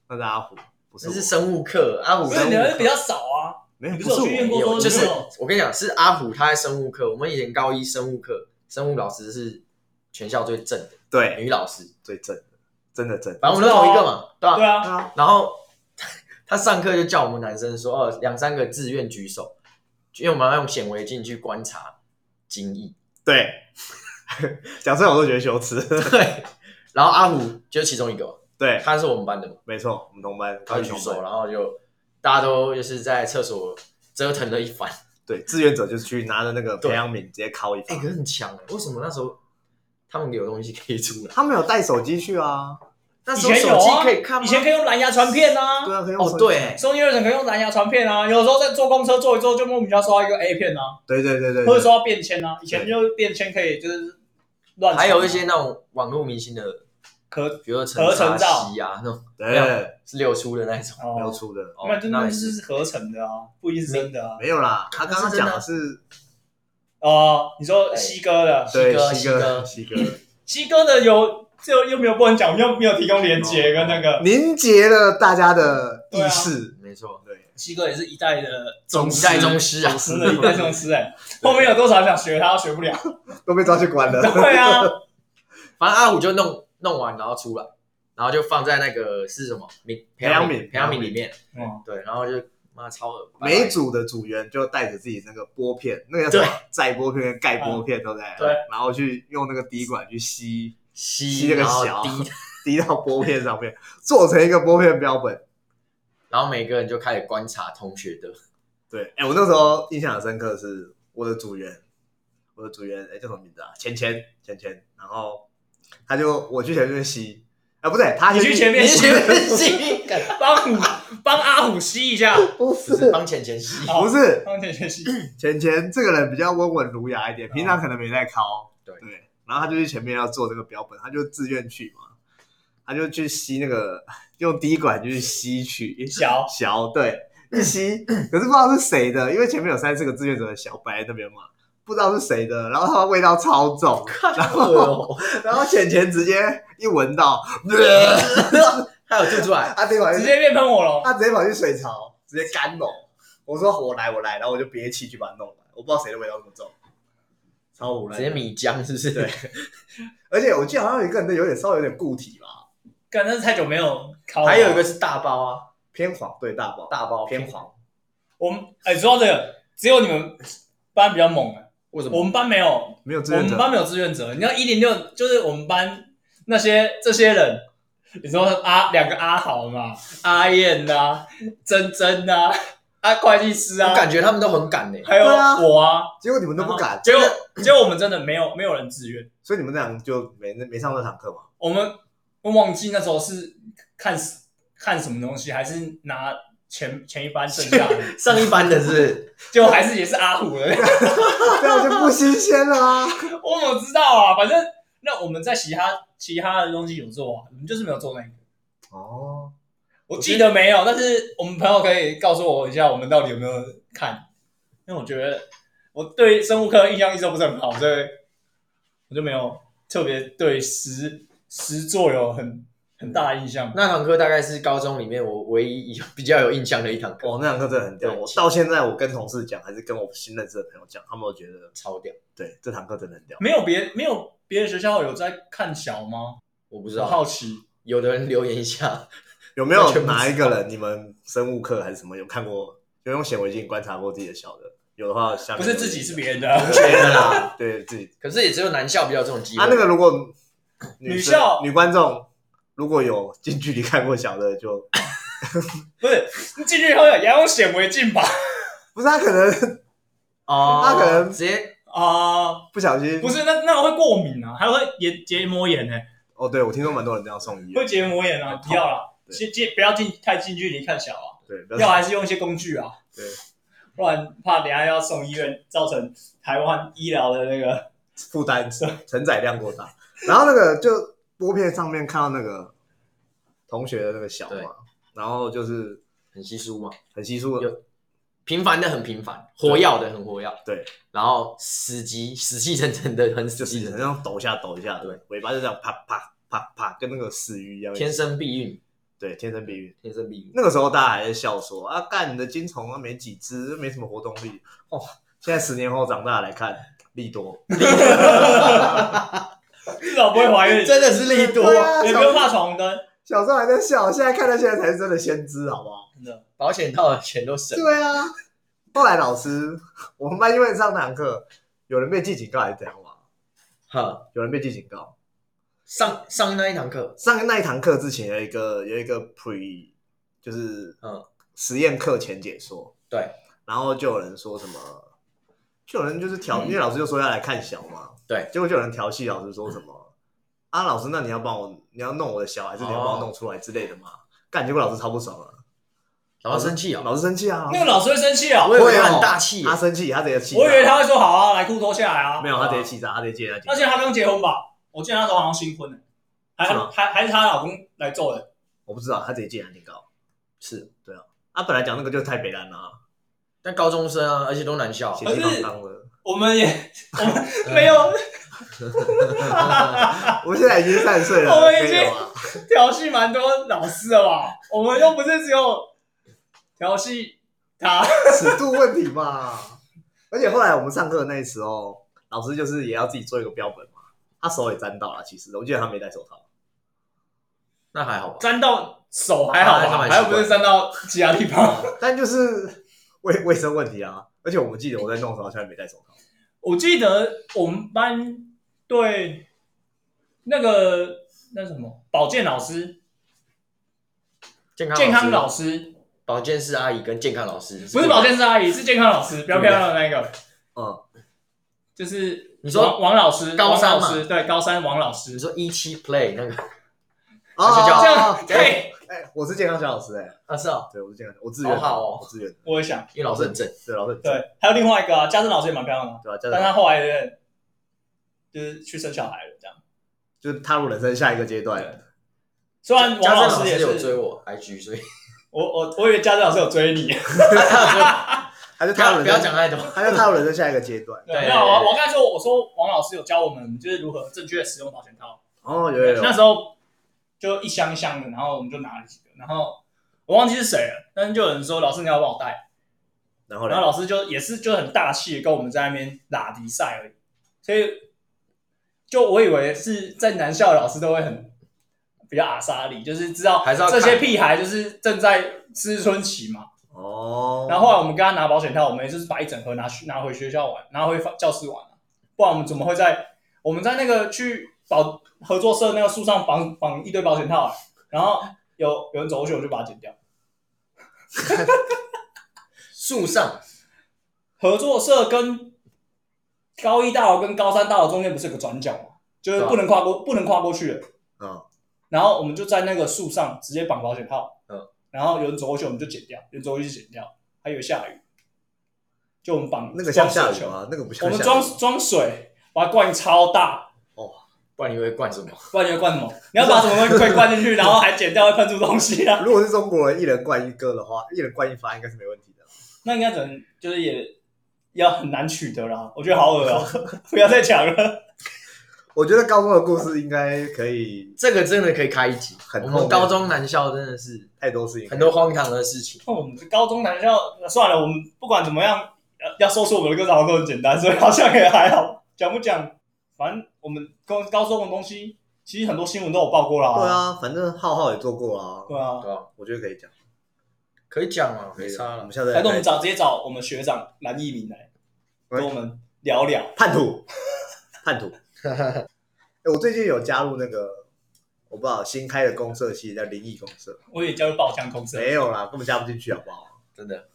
Speaker 2: 那是阿虎，不是
Speaker 3: 那
Speaker 2: 我，
Speaker 3: 是生物课。阿虎
Speaker 1: 不
Speaker 3: 生
Speaker 1: 是，
Speaker 3: 物
Speaker 1: 你还
Speaker 3: 课
Speaker 1: 是比较少啊。
Speaker 2: 没有，
Speaker 1: 你
Speaker 2: 不
Speaker 1: 不是有去验过
Speaker 3: 有
Speaker 1: 说
Speaker 3: 就是
Speaker 1: 没有
Speaker 3: 我跟你讲，是阿虎他在生物课，我们以前高一生物课，生物老师是全校最正的
Speaker 2: 对，
Speaker 3: 女老师，
Speaker 2: 最正的，真的正的。
Speaker 3: 反正我们都同一个嘛，对吧、
Speaker 1: 对啊，
Speaker 2: 啊，
Speaker 3: 然后他上课就叫我们男生说，哦，两三个自愿举手，因为我们要用显微镜去观察精液。
Speaker 2: 对， 讲真的我都觉得羞耻。
Speaker 3: 对，然后阿虎就是其中一个嘛，
Speaker 2: 对，
Speaker 3: 他是我们班的嘛，
Speaker 2: 没错，我们同班，
Speaker 3: 他
Speaker 2: 高一
Speaker 3: 就举
Speaker 2: 同
Speaker 3: 手，
Speaker 2: 班。
Speaker 3: 然后就大家都就是在厕所折腾了一番。
Speaker 2: 对，志愿者就是去拿着那个培养皿直接敲一
Speaker 3: 哎、
Speaker 2: 发。
Speaker 3: 可是很强哎、为什么那时候他们有东西可以出来？
Speaker 2: 他们有带手机去啊？
Speaker 3: 那
Speaker 1: 以
Speaker 3: 时候
Speaker 1: 前有
Speaker 3: 手机
Speaker 1: 啊，
Speaker 3: 可以看吗？
Speaker 1: 以前可以用蓝牙传片啊。
Speaker 2: 对啊，可以用手
Speaker 3: 哦，
Speaker 2: 机。
Speaker 3: 对，
Speaker 1: Sony Ericsson 可以用蓝牙传片啊，有时候在坐公车坐一坐，就莫名其妙刷到一个 A 片啊，
Speaker 2: 对对对对
Speaker 1: 或者
Speaker 2: 对，
Speaker 1: 刷到便签啊。以前就是便签可以就是乱传啊，
Speaker 3: 还有一些那种网络明星的，
Speaker 1: 可
Speaker 3: 比如说
Speaker 1: 合
Speaker 3: 陈
Speaker 1: 成照
Speaker 3: 沙西啊，那种没有
Speaker 2: 对，
Speaker 3: 是六出的那一种。
Speaker 2: 没有
Speaker 1: 哦，
Speaker 2: 出的，
Speaker 3: 哦
Speaker 1: 那真
Speaker 3: 那
Speaker 1: 的
Speaker 3: 也是
Speaker 1: 是合成的啊，不一定是真的啊。
Speaker 2: 没有啦。他刚刚讲的是
Speaker 1: 哦，你说西哥的，
Speaker 2: 对
Speaker 3: 西
Speaker 2: 西
Speaker 3: 哥
Speaker 2: 哥西哥，
Speaker 1: 西哥的有就又没有不能讲，又没有提供连接跟那
Speaker 3: 哦
Speaker 1: 个
Speaker 2: 凝结了大家的意识。
Speaker 3: 没错，
Speaker 2: 对，
Speaker 1: 西哥也是一代的
Speaker 3: 啊总
Speaker 1: 师
Speaker 3: 代宗师啊，
Speaker 1: 真的，一代宗师 哎，后面有多少想学他都学不了。
Speaker 2: 都被抓去关了。
Speaker 1: 对啊，
Speaker 3: 反正阿虎就弄弄完，然后出来，然后就放在那个是什么米培
Speaker 2: 养皿
Speaker 3: 皿
Speaker 2: 培
Speaker 3: 培养皿
Speaker 2: 养皿
Speaker 3: 里面，
Speaker 1: 嗯
Speaker 3: 对，然后就妈超恶
Speaker 2: 每组的组员就带着自己那个拨片，那个叫什么载拨片跟盖
Speaker 3: 嗯
Speaker 2: 拨片，对不对？
Speaker 1: 对。
Speaker 2: 然后去用那个滴管去吸
Speaker 3: 吸
Speaker 2: 吸那个
Speaker 3: 然后
Speaker 2: 小
Speaker 3: 滴，
Speaker 2: 滴到拨片上面，做成一个拨片标本。
Speaker 3: 然后每个人就开始观察同学的，
Speaker 2: 对，哎、我那时候印象很深刻的是我的组员，我的组员，哎、叫什么名字啊？芊芊，芊芊。然后他就我去前面吸，啊、不对，他
Speaker 1: 你
Speaker 2: 先
Speaker 1: 去前面吸，
Speaker 3: 吸，
Speaker 1: 帮虎帮阿虎吸一下，
Speaker 2: 不
Speaker 3: 不是
Speaker 2: 是
Speaker 3: 帮浅浅吸，
Speaker 1: 好
Speaker 2: 不是
Speaker 1: 帮前前吸。
Speaker 2: 芊芊这个人比较温文儒雅一点，
Speaker 1: 哦
Speaker 2: 平常可能没在考。
Speaker 3: 对
Speaker 2: 对，然后他就去前面要做这个标本，他就自愿去嘛， 他就去吸那个用滴管去吸取
Speaker 1: 小
Speaker 2: 小对，一期，可是不知道是谁的，因为前面有三四个志愿者的小白在那边嘛，不知道是谁的，然后它味道超重，然后然后浅浅直接一闻到，
Speaker 3: 还有吐出来，
Speaker 2: 他直接跑
Speaker 1: 直
Speaker 2: 去，
Speaker 1: 接变喷火龙。
Speaker 2: 他直接跑去水槽，直接干呕。我说我来我来，然后我就憋气去把它弄完，我不知道谁的味道那么重，超无
Speaker 3: 直接
Speaker 2: 赖。
Speaker 3: 米浆是不是？
Speaker 2: 对而且我记得好像有一个人的有点稍微有点固体吧，
Speaker 1: 干，但是太久没有啊烤。
Speaker 3: 还有一个，是大包啊，
Speaker 2: 偏黄对大包
Speaker 3: 大包
Speaker 2: 偏黄，
Speaker 1: 我们哎，说到这个，只有你们班比较猛哎，
Speaker 3: 为什
Speaker 1: 我
Speaker 3: 么？
Speaker 1: 们班没有，
Speaker 2: 没有志
Speaker 1: 我
Speaker 2: 愿
Speaker 1: 们
Speaker 2: 者，
Speaker 1: 班没有志愿者。你知道一零六就是我们班那些这些人，你说阿两个阿豪嘛，阿燕呐、珍珍呐，啊会计师
Speaker 3: 我
Speaker 1: 啊，
Speaker 3: 感觉他们都 很敢呢、
Speaker 1: 还有
Speaker 2: 对啊
Speaker 1: 我啊，
Speaker 2: 结果你们都不敢，
Speaker 1: 结果结果我们真的没有没有人自愿，
Speaker 2: 所以你们俩就没没上那堂课嘛？
Speaker 1: 我们我忘记那时候是看看什么东西，还是拿前前一班剩下的，
Speaker 3: 上一班的是不是
Speaker 1: 结果还是也是阿虎的。
Speaker 2: 这样就不新鲜了啊！
Speaker 1: 我怎么知道啊？反正那我们在其他其他的东西有做啊，我们就是没有做那个。
Speaker 2: 哦，
Speaker 1: 我记得没有，但是我们朋友可以告诉我一下，我们到底有没有看？因为我觉得我对生物课印象一直都不是很好，所以我就没有特别对实实作有很很大的印象。
Speaker 3: 那堂课大概是高中里面我唯一有比较有印象的一堂课，
Speaker 2: 哦，那堂课真的很屌。
Speaker 3: 对
Speaker 2: 我到现在我跟同事讲，还是跟我新认识的朋友讲，他们都觉得
Speaker 3: 超屌，
Speaker 2: 对这堂课真的很屌。
Speaker 1: 没有别没有别的学校有在看小吗？
Speaker 3: 我不知
Speaker 1: 我
Speaker 3: 道，
Speaker 1: 好奇，
Speaker 3: 有的人留言一下，
Speaker 2: 有没有
Speaker 3: 完全不知道
Speaker 2: 哪一个人你们生物课还是什么有看过？有用显微镜观察过自己的小的？有的话，下面
Speaker 1: 不是自己是别人的啊、
Speaker 2: 别人啦，对自己。
Speaker 3: 可是也只有男校比较有这种机会。
Speaker 2: 啊，那个如果女
Speaker 1: 女
Speaker 2: 生
Speaker 1: 校
Speaker 2: 女观众如果有近距离看过小的就，
Speaker 1: 不是你进去以后也要用显微镜吧？
Speaker 2: 不是他啊可能
Speaker 3: 哦，
Speaker 2: 那可能
Speaker 3: 直接
Speaker 1: 啊、
Speaker 2: 不小心
Speaker 1: 不是，那那个会过敏啊，还会眼结膜炎呢、
Speaker 2: 哦，对我听说蛮多人这样送医的
Speaker 1: 会，结膜炎啊，不要啦，
Speaker 2: 对
Speaker 1: 近近不要近太近距离看小啊，
Speaker 2: 对，不
Speaker 1: 要
Speaker 2: 要
Speaker 1: 还是用一些工具啊，
Speaker 2: 对，
Speaker 1: 不然怕等下要送医院，造成台湾医疗的那个
Speaker 2: 负担承载量过大。然后那个就拨片上面看到那个同学的那个小
Speaker 3: 对
Speaker 2: 嘛，然后就是
Speaker 3: 很稀疏嘛，
Speaker 2: 很稀疏的，
Speaker 3: 有频繁的很频繁，火药的很火药，
Speaker 2: 对，
Speaker 3: 然后死机死气沉沉的很
Speaker 2: 就是
Speaker 3: 死气沉
Speaker 2: 很
Speaker 3: 沉，
Speaker 2: 像抖一下抖一下，
Speaker 3: 对，
Speaker 2: 尾巴就这样啪啪啪啪，跟那个死鱼一样，
Speaker 3: 天生避孕，
Speaker 2: 对天生避孕。
Speaker 3: 天生避孕，
Speaker 2: 那个时候大家还在笑说啊，干你的金虫啊没几只，没什么活动力。哦，现在十年后长大来看，利多，
Speaker 1: 至少不会怀孕，
Speaker 3: 真的是力多
Speaker 2: 对啊
Speaker 1: 也不用怕闯红灯，
Speaker 2: 小时候还在笑，现在看到现在才是真的先知，好不好？
Speaker 1: 真的。
Speaker 3: 保险套的钱都省了，
Speaker 2: 对啊，后来老师，我们班因为上堂课，有人被记警告还是怎样嘛？
Speaker 3: 哈，
Speaker 2: 有人被记警告。
Speaker 3: 上上那一堂课，
Speaker 2: 上那一堂课之前有一个有一个 pre 就是
Speaker 3: 嗯
Speaker 2: 实验课前解说，
Speaker 3: 对
Speaker 2: 然后就有人说什么，就有人就是
Speaker 1: 嗯
Speaker 2: 调，因为老师就说要来看小嘛，
Speaker 3: 对，
Speaker 2: 结果就有人调戏老师说什么啊，老师那你要帮我，你要弄我的小，还是你要帮我弄出来之类的嘛？干，结果老师超不爽了，
Speaker 3: 然后生气啊，
Speaker 2: 老师生气啊，
Speaker 1: 那个老师会生气啊，
Speaker 3: 我以为
Speaker 2: 会
Speaker 3: 他
Speaker 2: 哦
Speaker 3: 很大气耶，
Speaker 2: 他生气，他直接气炸，
Speaker 1: 我以为他会说好啊，来裤脱下来啊，
Speaker 2: 没有，他直接气炸，他直接接他警
Speaker 1: 而且他刚结婚吧，我记得那时候好像新婚呢、还
Speaker 2: 是吗
Speaker 1: 还还是她老公来揍的，
Speaker 2: 我不知道，他直接进来警告。
Speaker 3: 是，
Speaker 2: 他啊本来讲那个就是太北蓝了、啊，
Speaker 3: 但高中生啊，而且都男校，
Speaker 2: 血气方刚 的。
Speaker 1: 我们也我们没有
Speaker 2: 我们现在已经三十岁了，啊
Speaker 1: 我们已
Speaker 2: 可以了
Speaker 1: 经
Speaker 2: 吧
Speaker 1: 调戏蛮多老师的吧？我们又不是只有调戏他，
Speaker 2: 尺度问题嘛。而且后来我们上课的那时候，老师就是也要自己做一个标本嘛。他手也沾到了，其实我记得他没戴手套。
Speaker 3: 那还好吧，
Speaker 1: 沾到手还好
Speaker 3: 他
Speaker 1: 吧？
Speaker 3: 蛮
Speaker 1: 还
Speaker 3: 习惯
Speaker 1: 有不是沾到其他地方？
Speaker 2: 但就是卫卫生问题啊。而且我们记得我在弄的时候，好像也没戴手套。
Speaker 1: 我记得我们班对那个那什么保健老师、
Speaker 3: 健康
Speaker 1: 健康
Speaker 3: 老
Speaker 1: 老
Speaker 3: 师
Speaker 1: 师，
Speaker 3: 保健室阿姨跟健康老师
Speaker 1: 不是保，健师阿姨，是健康老师，比较漂亮的那个，
Speaker 2: 嗯，
Speaker 1: 就是
Speaker 3: 你说
Speaker 1: 王王老师，
Speaker 3: 高三
Speaker 1: 王
Speaker 3: 嘛
Speaker 1: 老师对高三王老师
Speaker 3: 你，说一期 play 那个
Speaker 2: 哦
Speaker 3: 是叫
Speaker 1: 这
Speaker 2: 哦
Speaker 1: 样对，
Speaker 2: 哎、我是健康小老师哎、
Speaker 3: 啊是哦，
Speaker 2: 对，我是健康，我自愿的，
Speaker 3: 好好哦
Speaker 2: 我自愿的，
Speaker 1: 我也想
Speaker 3: 因为老师很正，
Speaker 2: 对老师很
Speaker 1: 对，还有另外一个啊，家政老师也蛮漂亮的，
Speaker 2: 对吧、家
Speaker 1: 但
Speaker 2: 长
Speaker 1: 他后来有点就是去生小孩了这样。
Speaker 2: 就是踏入人生下一个阶段
Speaker 1: 对，虽然
Speaker 3: 家
Speaker 1: 王
Speaker 3: 政
Speaker 1: 师也
Speaker 3: 有追
Speaker 1: 是，
Speaker 3: 我 IG，所以
Speaker 1: 我我我以为家长是有追你，
Speaker 2: 他就
Speaker 3: 不
Speaker 2: 踏入
Speaker 3: 要
Speaker 2: 人
Speaker 3: 不要
Speaker 2: 生，
Speaker 3: 讲太多。
Speaker 2: 他就踏入人生下一个阶段。
Speaker 1: 对，
Speaker 3: 对
Speaker 1: 没有啊我我刚才说我说王老师有教我们就是如何正确地使用保险套，
Speaker 2: 哦，有有有
Speaker 1: 那，时候就一箱一箱的，然后我们就拿了几个，然后我忘记是谁了，但是就有人说老师你要帮我带，
Speaker 2: 然后呢
Speaker 1: 然后？老师就也是就很大气的跟我们在那边打比赛而已，所以就我以为是在男校的老师都会很比较阿莎里，就是知道
Speaker 3: 还是要
Speaker 1: 这
Speaker 3: 看
Speaker 1: 些屁孩就是正在思春期嘛，
Speaker 2: 哦，
Speaker 1: 然后后来我们跟他拿保险套，我们也就是把一整盒拿去拿回学校玩，拿回教室玩啊不然我们怎么会在我们在那个去保合作社那个树上绑绑一堆保险套、啊，然后有有人走过去，我就把它剪掉。
Speaker 3: 树上
Speaker 1: 合作社跟高一大楼跟高三大楼中间不是有个转角吗？就是不能跨过，不能跨过去的。
Speaker 2: 嗯，
Speaker 1: 然后我们就在那个树上直接绑保险套，
Speaker 3: 嗯，
Speaker 1: 然后有人走过去我们就剪掉，有人走过去就剪掉，还有下雨，就我们绑
Speaker 2: 那个像下
Speaker 1: 装
Speaker 2: 雨
Speaker 1: 水球
Speaker 2: 吗？那个不
Speaker 1: 我
Speaker 2: 像
Speaker 1: 们
Speaker 2: 下雨。
Speaker 1: 装装水，把它灌超大，
Speaker 3: 不然你会灌什么？
Speaker 1: 不然你会灌什么？你要把什么东西可以灌进去，然后还剪掉会喷出东西啊？
Speaker 2: 如果是中国人，一人灌一个的话，一人灌一发应该是没问题的。
Speaker 1: 那应该只能就是也要很难取得啦。我觉得好恶哦、 不要再讲了。
Speaker 2: 我觉得高中的故事应该可以
Speaker 3: 这个真的可以开一集。
Speaker 2: 很
Speaker 3: 我
Speaker 2: 后
Speaker 3: 们
Speaker 2: 面
Speaker 3: 高中男校真的是
Speaker 2: 太多事情可以
Speaker 3: 很多荒唐的事情。
Speaker 1: 那我们高中男校算了，我们不管怎么样，要要说出我们的歌好像都很简单，所以好像也还好。讲不讲，反正我们高高中的东西，其实很多新闻都有报过啦。
Speaker 2: 对，啊，反正浩浩也做过啊，
Speaker 1: 对啊。
Speaker 3: 对啊，
Speaker 2: 我觉得可以讲，
Speaker 3: 可以讲啊，
Speaker 2: 可
Speaker 3: 没
Speaker 2: 以
Speaker 3: 差
Speaker 2: 的。我
Speaker 3: 了
Speaker 2: 们。下次
Speaker 1: 还
Speaker 2: 来
Speaker 1: 是我们找直接找我们学长蓝奕明来跟我们聊聊。
Speaker 2: 叛徒， 叛徒。欸我最近有加入那个我不知道新开的公社系叫灵异公社，
Speaker 1: 我也加入爆枪公司，
Speaker 2: 没有啦，根本加不进去好不好？
Speaker 3: 真的，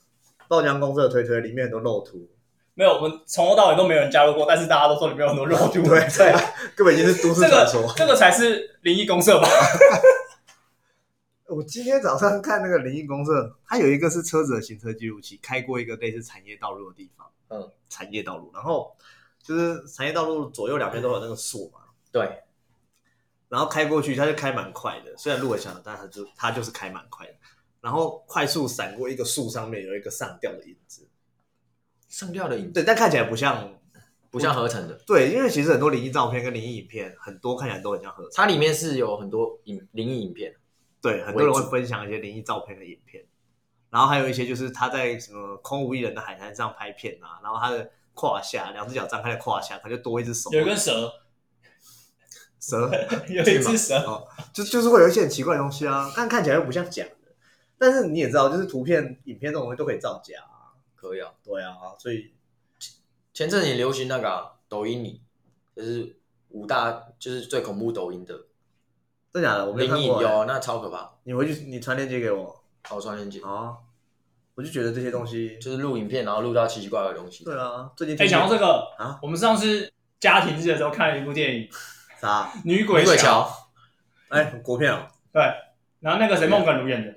Speaker 2: 爆浆公社推推里面很多漏图，
Speaker 1: 没有，我们从头到尾都没有人加入过，但是大家都说里面有很多肉毒。
Speaker 2: 对对，啊根本已经是都市
Speaker 1: 这
Speaker 2: 传
Speaker 1: 个
Speaker 2: 说。
Speaker 1: 这个才是灵异公社吧？
Speaker 2: 我今天早上看那个灵异公社，它有一个是车子的行车记录器，开过一个类似产业道路的地方，
Speaker 3: 嗯，
Speaker 2: 产业道路，然后就是产业道路左右两边都有那个锁嘛，
Speaker 3: 对，
Speaker 2: 然后开过去，它就开蛮快的，虽然路很小，但它就它就是开蛮快的，然后快速闪过一个树上面有一个上吊的影子，
Speaker 3: 上吊的影
Speaker 2: 对，但看起来不像，
Speaker 3: 不像合成的，
Speaker 2: 对，因为其实很多灵异照片跟灵异影片很多看起来都很像合成，
Speaker 3: 它里面是有很多影灵异影片，
Speaker 2: 对，很多人会分享一些灵异照片的影片，然后还有一些就是他在什么空无一人的海滩上拍片啊，然后他的胯下两只脚张开的胯下，他就多一只手，
Speaker 1: 有一根蛇，
Speaker 2: 蛇，
Speaker 1: 有一只蛇，
Speaker 2: 就 就是会有一些很奇怪的东西啊，但看起来又不像假的。但是你也知道，就是图片、影片这种东西都可以造假啊，
Speaker 3: 可以啊。
Speaker 2: 对啊，所以
Speaker 3: 前阵子也流行那个啊抖音里，就是五大就是最恐怖抖音的
Speaker 2: 真假的我没
Speaker 3: 灵
Speaker 2: 看
Speaker 3: 异，
Speaker 2: 过、欸
Speaker 1: 哦
Speaker 3: 有啊那超可怕。
Speaker 2: 你回去你传链接给我
Speaker 3: 好，我传链接，
Speaker 2: 啊，我就觉得这些东西，
Speaker 3: 就是录影片，然后录到奇奇怪怪的东西。
Speaker 2: 对啊，最近
Speaker 1: 哎，
Speaker 2: 听
Speaker 1: 讲到这个
Speaker 2: 啊，
Speaker 1: 我们上次家庭日的时候看了一部电影《
Speaker 2: 啥？
Speaker 1: 女
Speaker 3: 鬼
Speaker 1: 鬼
Speaker 3: 鬼
Speaker 1: 桥》，
Speaker 3: 桥，
Speaker 2: 哎、国片哦，
Speaker 1: 对，然后那个谁孟耿如演的，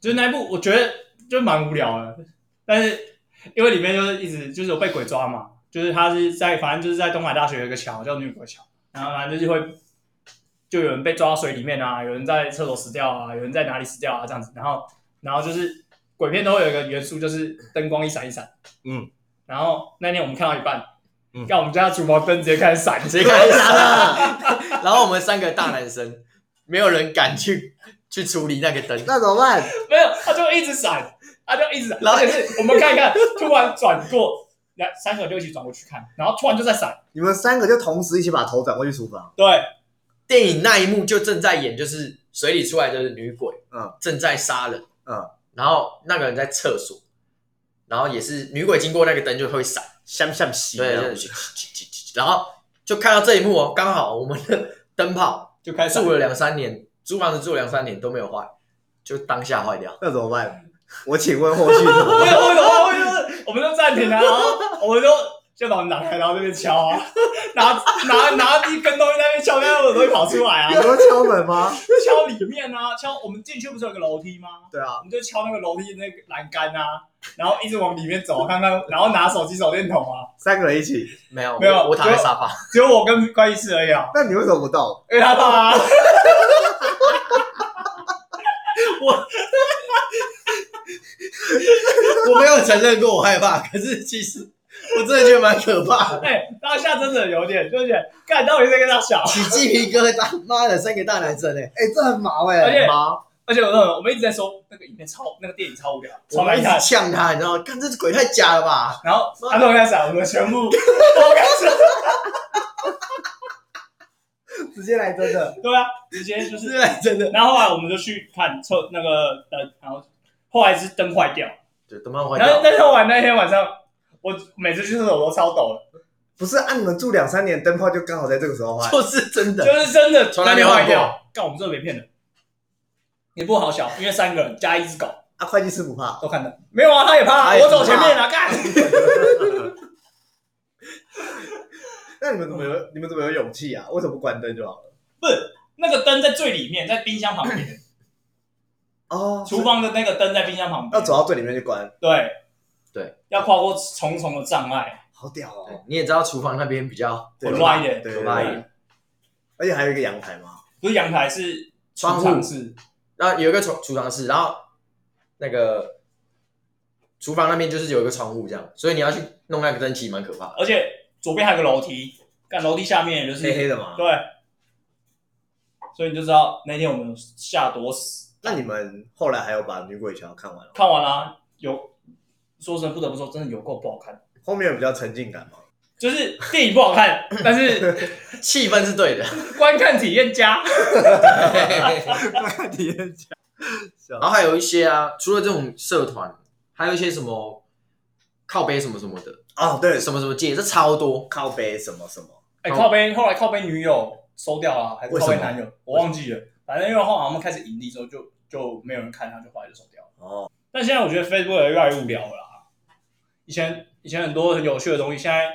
Speaker 1: 就是那一部我觉得就蛮无聊的，但是因为里面就是一直就是有被鬼抓嘛，就是他是在反正就是在东海大学有一个桥叫女鬼桥，然后反正就是会就有人被抓到水里面啊，有人在厕所死掉啊，有人在哪里死掉啊这样子，然后然后就是鬼片都会有一个元素就是灯光一闪一闪，
Speaker 2: 嗯，
Speaker 1: 然后那天我们看到一半，
Speaker 2: 嗯
Speaker 1: 让我们家的厨房灯直接开始闪，
Speaker 3: 直接开始杀了。然后我们三个大男生，没有人敢去去处理那个灯，
Speaker 2: 那怎么办？
Speaker 1: 没有，他就一直闪，他就一直闪，而且是我们看一看，突然转过，两三个就一起转过去看，然后突然就在闪，
Speaker 2: 你们三个就同时一起把头转过去厨房，
Speaker 1: 对，
Speaker 3: 电影那一幕就正在演，就是水里出来的女鬼，
Speaker 2: 嗯，
Speaker 3: 正在杀人，
Speaker 2: 嗯，
Speaker 3: 然后那个人在厕所，然后也是女鬼经过那个灯就会闪，
Speaker 2: 像像洗
Speaker 3: 对，
Speaker 2: 啊
Speaker 3: 对，对然后就看到这一幕哦，刚好我们的灯泡
Speaker 1: 就开始闪
Speaker 3: 住了两三年，租房子住了两三年都没有坏，就当下坏掉，
Speaker 2: 那怎么办？我请问后续怎么
Speaker 1: 我
Speaker 2: 办？
Speaker 1: 有我有我有，我们就暂停啊了，然后我们就就把门打开，然后那边敲啊，拿拿拿一根东西在那边敲，然后我都会跑出来啊，
Speaker 2: 有人敲门吗？
Speaker 1: 敲里面啊，敲我们进去不是有个楼梯吗？
Speaker 2: 对啊
Speaker 1: 我，们就敲那个楼梯的那个栏杆啊，然后一直往里面走，啊看看，然后拿手机手电筒啊，
Speaker 2: 三个人一起，
Speaker 3: 没有
Speaker 1: 没有
Speaker 3: 我我躺在
Speaker 1: 就
Speaker 3: 沙发，
Speaker 1: 只有我跟关医师而已啊，
Speaker 2: 那你为什么不动？
Speaker 1: 因为他怕啊。我
Speaker 3: 有承认 过我害怕，可是其实我真的觉得蛮可怕的。
Speaker 1: 哎，当下真的有点，就是干到底在跟他小，
Speaker 3: 起鸡皮疙瘩，妈的，三个大男生哎、哎、这很毛哎、
Speaker 1: 而且
Speaker 3: 很毛，
Speaker 1: 而且我那我们一直在说那个影片超，那个电影超无聊，超难看
Speaker 3: 我一直。呛他，你知道吗？看这鬼太假了吧？
Speaker 1: 然后他都开始，我们全部都开始，
Speaker 3: 直接来真的，
Speaker 1: 对啊，直接就
Speaker 3: 直
Speaker 1: 是
Speaker 3: 接来真的。
Speaker 1: 然后后来我们就去看测那个灯，然后后来是灯坏掉，
Speaker 3: 对，他妈坏
Speaker 1: 然后
Speaker 3: 掉，
Speaker 1: 那天晚那天晚上，我每次去厕所都超抖的，
Speaker 2: 不是按、你们住两三年，灯泡就刚好在这个时候坏。
Speaker 3: 就是真的。
Speaker 1: 就是真的
Speaker 3: 从来
Speaker 1: 那
Speaker 3: 没
Speaker 1: 天坏
Speaker 3: 换过
Speaker 1: 掉，干我们真的没骗人，也不好小，因为三个人加一只狗
Speaker 2: 啊，会计师不怕，
Speaker 1: 都看到，没有啊，他也怕，
Speaker 3: 他也
Speaker 1: 我
Speaker 3: 不怕
Speaker 1: 走前面啊，干，
Speaker 2: 那你们怎么有你们怎么有勇气啊？为什么不关灯就好了？
Speaker 1: 不是那个灯在最里面，在冰箱旁边，
Speaker 2: 哦，
Speaker 1: 厨房的那个灯在冰箱旁
Speaker 2: 要
Speaker 1: 边，
Speaker 2: 走到最里面去关，
Speaker 1: 对
Speaker 3: 对，
Speaker 1: 要跨过重重的障碍，
Speaker 2: 好屌哦！
Speaker 3: 对你也知道厨房那边比较
Speaker 2: 对
Speaker 1: 混乱一点，
Speaker 2: 对
Speaker 3: 可
Speaker 2: 对
Speaker 3: 怕一
Speaker 2: 对，
Speaker 3: 点，
Speaker 2: 而且还有一个阳台嘛，
Speaker 1: 不是阳台是
Speaker 3: 窗户
Speaker 1: 储藏室，
Speaker 3: 然后有一个储储藏室，然后那个厨房那边就是有一个窗户这样，所以你要去弄那个灯，其实蛮可怕的。
Speaker 1: 而且左边还有个楼梯，干楼梯下面就是
Speaker 2: 黑黑的嘛。
Speaker 1: 对，所以你就知道那天我们下多死。
Speaker 2: 那你们后来还有把《女鬼桥》看完了吗？
Speaker 1: 看完啦、啊有说真的不得不说，真的有够不好看。
Speaker 2: 后面有比较沉浸 感嘛？
Speaker 1: 就是电影不好看，但是
Speaker 3: 气氛是 对的，
Speaker 1: 观看体验佳。
Speaker 2: 体验家，
Speaker 3: 然后还有一些啊，除了这种社团，还有一些什么靠背什么什么的，
Speaker 2: 哦，对，
Speaker 3: 什么什么界，这超多。
Speaker 2: 靠背什么什么，
Speaker 1: 哎、
Speaker 3: 哦
Speaker 1: 靠背后来靠背女友收掉了，还是
Speaker 2: 为什
Speaker 1: 靠
Speaker 2: 么
Speaker 1: 背男友，我忘记了。反正因为后来他们开始盈利之后就，就没有人看，他就后来就收掉了。
Speaker 2: 哦，
Speaker 1: 但现在我觉得 Facebook 也越来越无聊了啦。以前以前很多很有趣的东西，现在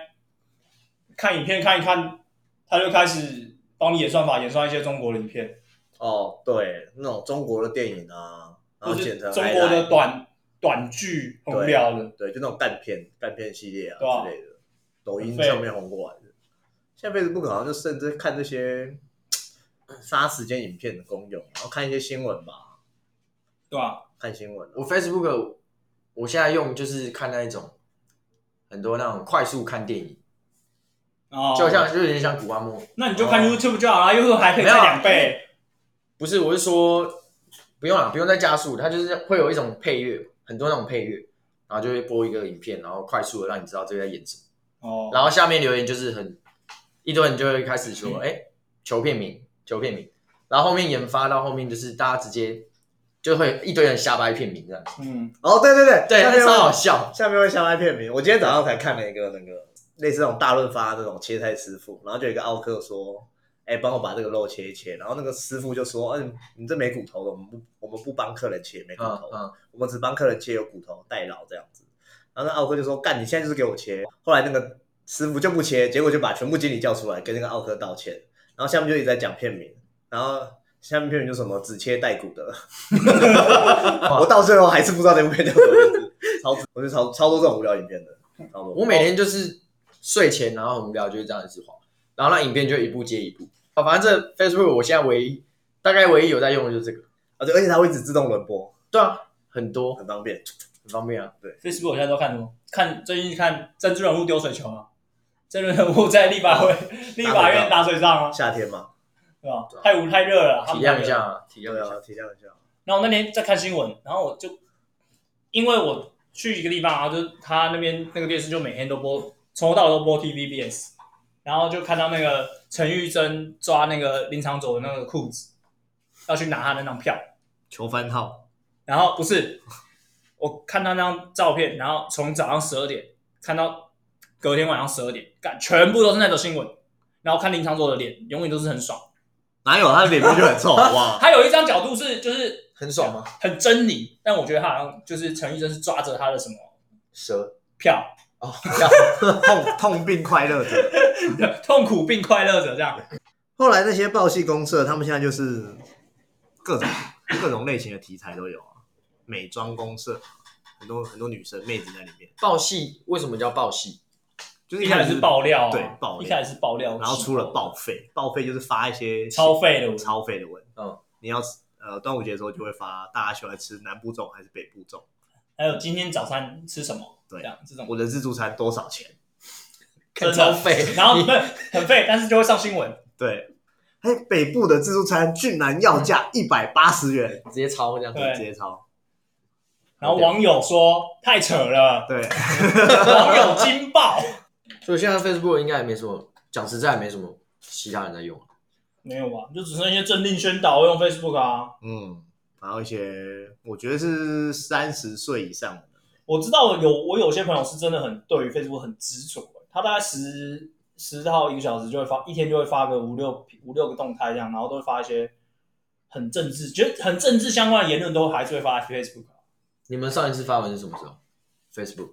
Speaker 1: 看影片看一看，他就开始帮你演算法演算一些中国的影片。
Speaker 2: 哦，对，那种中国的电影啊，然
Speaker 1: 或
Speaker 2: 后
Speaker 1: 是
Speaker 2: 剪成
Speaker 1: 中国
Speaker 2: highlight
Speaker 1: 的短短剧，很无聊的。
Speaker 2: 对，就那种干片、干片系列啊
Speaker 1: 对啊
Speaker 2: 之类的，抖音
Speaker 1: 很废
Speaker 2: 上面红过来的。现在 Facebook 好像就甚至看这些杀时间影片的功用，然后看一些新闻吧，
Speaker 1: 对吧？
Speaker 2: 看新闻啊、
Speaker 3: 我 Facebook 我现在用就是看那一种很多那种快速看电影，
Speaker 1: 哦，
Speaker 3: 就好像就有点像古阿莫，
Speaker 1: 那你就看
Speaker 2: 哦
Speaker 1: YouTube 就好了，YouTube 还可以
Speaker 3: 没
Speaker 1: 再
Speaker 3: 有
Speaker 1: 两倍。
Speaker 3: 不是，我是说不用了，不用再加速，它就是会有一种配乐，很多那种配乐，然后就会播一个影片，然后快速的让你知道这个在演什
Speaker 2: 啊
Speaker 3: 么，
Speaker 1: 哦，
Speaker 3: 然后下面留言就是很一堆人就会开始说，哎、求片名，求片名，然后后面研发到后面就是大家直接就会一堆人瞎掰片名这样，
Speaker 1: 嗯，
Speaker 2: 哦，对对对，
Speaker 3: 对，
Speaker 2: 下
Speaker 3: 那
Speaker 2: 面
Speaker 3: 超好
Speaker 2: 会
Speaker 3: 笑，
Speaker 2: 下面会相爱片名。我今天早上才看了一个那个类似那种大润发那种切菜师傅，然后就有一个奥客说。哎、帮我把这个肉切一切。然后那个师傅就说：“嗯、你这没骨头的，我们不，我们不帮客人切没骨
Speaker 3: 嗯
Speaker 2: 头。
Speaker 3: 嗯，
Speaker 2: 我们只帮客人切有骨头代劳这样子。然后那奥克就说：“干，你现在就是给我切。”后来那个师傅就不切，结果就把全部经理叫出来跟那个奥克道歉。然后下面就一直在讲片名，然后下面片名就什么只切带骨 的。我到最后还是不知道那部片叫什么名字，超我就超超多这种无聊影片的，超多。
Speaker 3: 我每天就是睡前，然后很无聊，就是这样子滑，然后那影片就一部接一部。啊，反正这 Facebook 我现在唯一大概唯一有在用的就是这个。
Speaker 2: 而且而且它会一直自动轮播，
Speaker 3: 对啊，很多
Speaker 2: 很方便。
Speaker 3: 很方便啊。
Speaker 1: Facebook 我现在都看什么？看最近看珍珠人物丢水球啊，珍珠人物在立法会、立法院打水仗啊，
Speaker 2: 夏天嘛，
Speaker 1: 对吧
Speaker 3: 对啊？
Speaker 1: 太无太热了，他
Speaker 3: 体
Speaker 1: 们
Speaker 3: 谅一下。啊，体
Speaker 2: 要
Speaker 3: 谅
Speaker 2: 不
Speaker 3: 一下。
Speaker 2: 要体谅一下？
Speaker 1: 然后我那天在看新闻，然后我就因为我去一个地方，然后就他那边那个电视就每天都播，从头到尾都播 TVBS，然后就看到那个陈玉珍抓那个林长佐的那个裤子，要去拿他那张票，
Speaker 2: 求番号
Speaker 1: 然后不是我看到那张照片，然后从早上十二点看到隔天晚上十二点，干全部都是那则新闻，然后看林长佐的脸永远都是很爽，
Speaker 2: 哪有他的脸皮就很臭，好不好？
Speaker 1: 他有一张角度是就是
Speaker 3: 很爽吗？
Speaker 1: 很狰狞，但我觉得他好像就是陈玉珍是抓着他的什么
Speaker 3: 蛇
Speaker 1: 票，
Speaker 3: 哦，
Speaker 2: 痛痛并快乐着。
Speaker 1: 痛苦并快乐着这样。
Speaker 2: 后来那些报系公社，他们现在就是各种各种类型的题材都有啊，美妆公社，啊很多很多女生妹子在里面，
Speaker 3: 爆戏为什么叫爆戏？
Speaker 2: 就是
Speaker 1: 一
Speaker 2: 开
Speaker 1: 开
Speaker 2: 始
Speaker 1: 始是爆料啊，
Speaker 2: 对爆料
Speaker 1: 一开始是爆料，
Speaker 2: 然后出了报废，报废就是发一些
Speaker 1: 超废的文，
Speaker 2: 超费的文，
Speaker 3: 嗯，
Speaker 2: 你要呃端午节的时候就会发，大家喜欢吃南部粽还是北部粽，
Speaker 1: 还有今天早餐吃什么，
Speaker 2: 对
Speaker 1: 这样这 种
Speaker 2: 我的自助餐多少钱？
Speaker 1: 真的
Speaker 3: 超 废。
Speaker 1: 然后
Speaker 3: 你
Speaker 1: 对很废，但是就会上新闻。
Speaker 2: 对，哎，北部的自助餐居然要价一百八十元，
Speaker 3: 直接抄这样子，
Speaker 1: 对
Speaker 2: 直接超。
Speaker 1: 然后网友说太扯了，
Speaker 2: 对，
Speaker 1: 网友惊爆。
Speaker 3: 所以现在 Facebook 应该也没什么，讲实在也没什么其他人在用。啊
Speaker 1: 没有吧？就只剩一些政令宣导会用 Facebook 啊。
Speaker 2: 嗯，然后一些我觉得是三十岁以上的，
Speaker 1: 我知道有我有些朋友是真的很对于 Facebook 很执着的，他大概十十到一个小时就会发，一天就会发个五六五六个动态这样，然后都会发一些很政治，觉得很政治相关的言论都还是会发在 Facebook。啊
Speaker 3: 你们上一次发文是什么时候？Facebook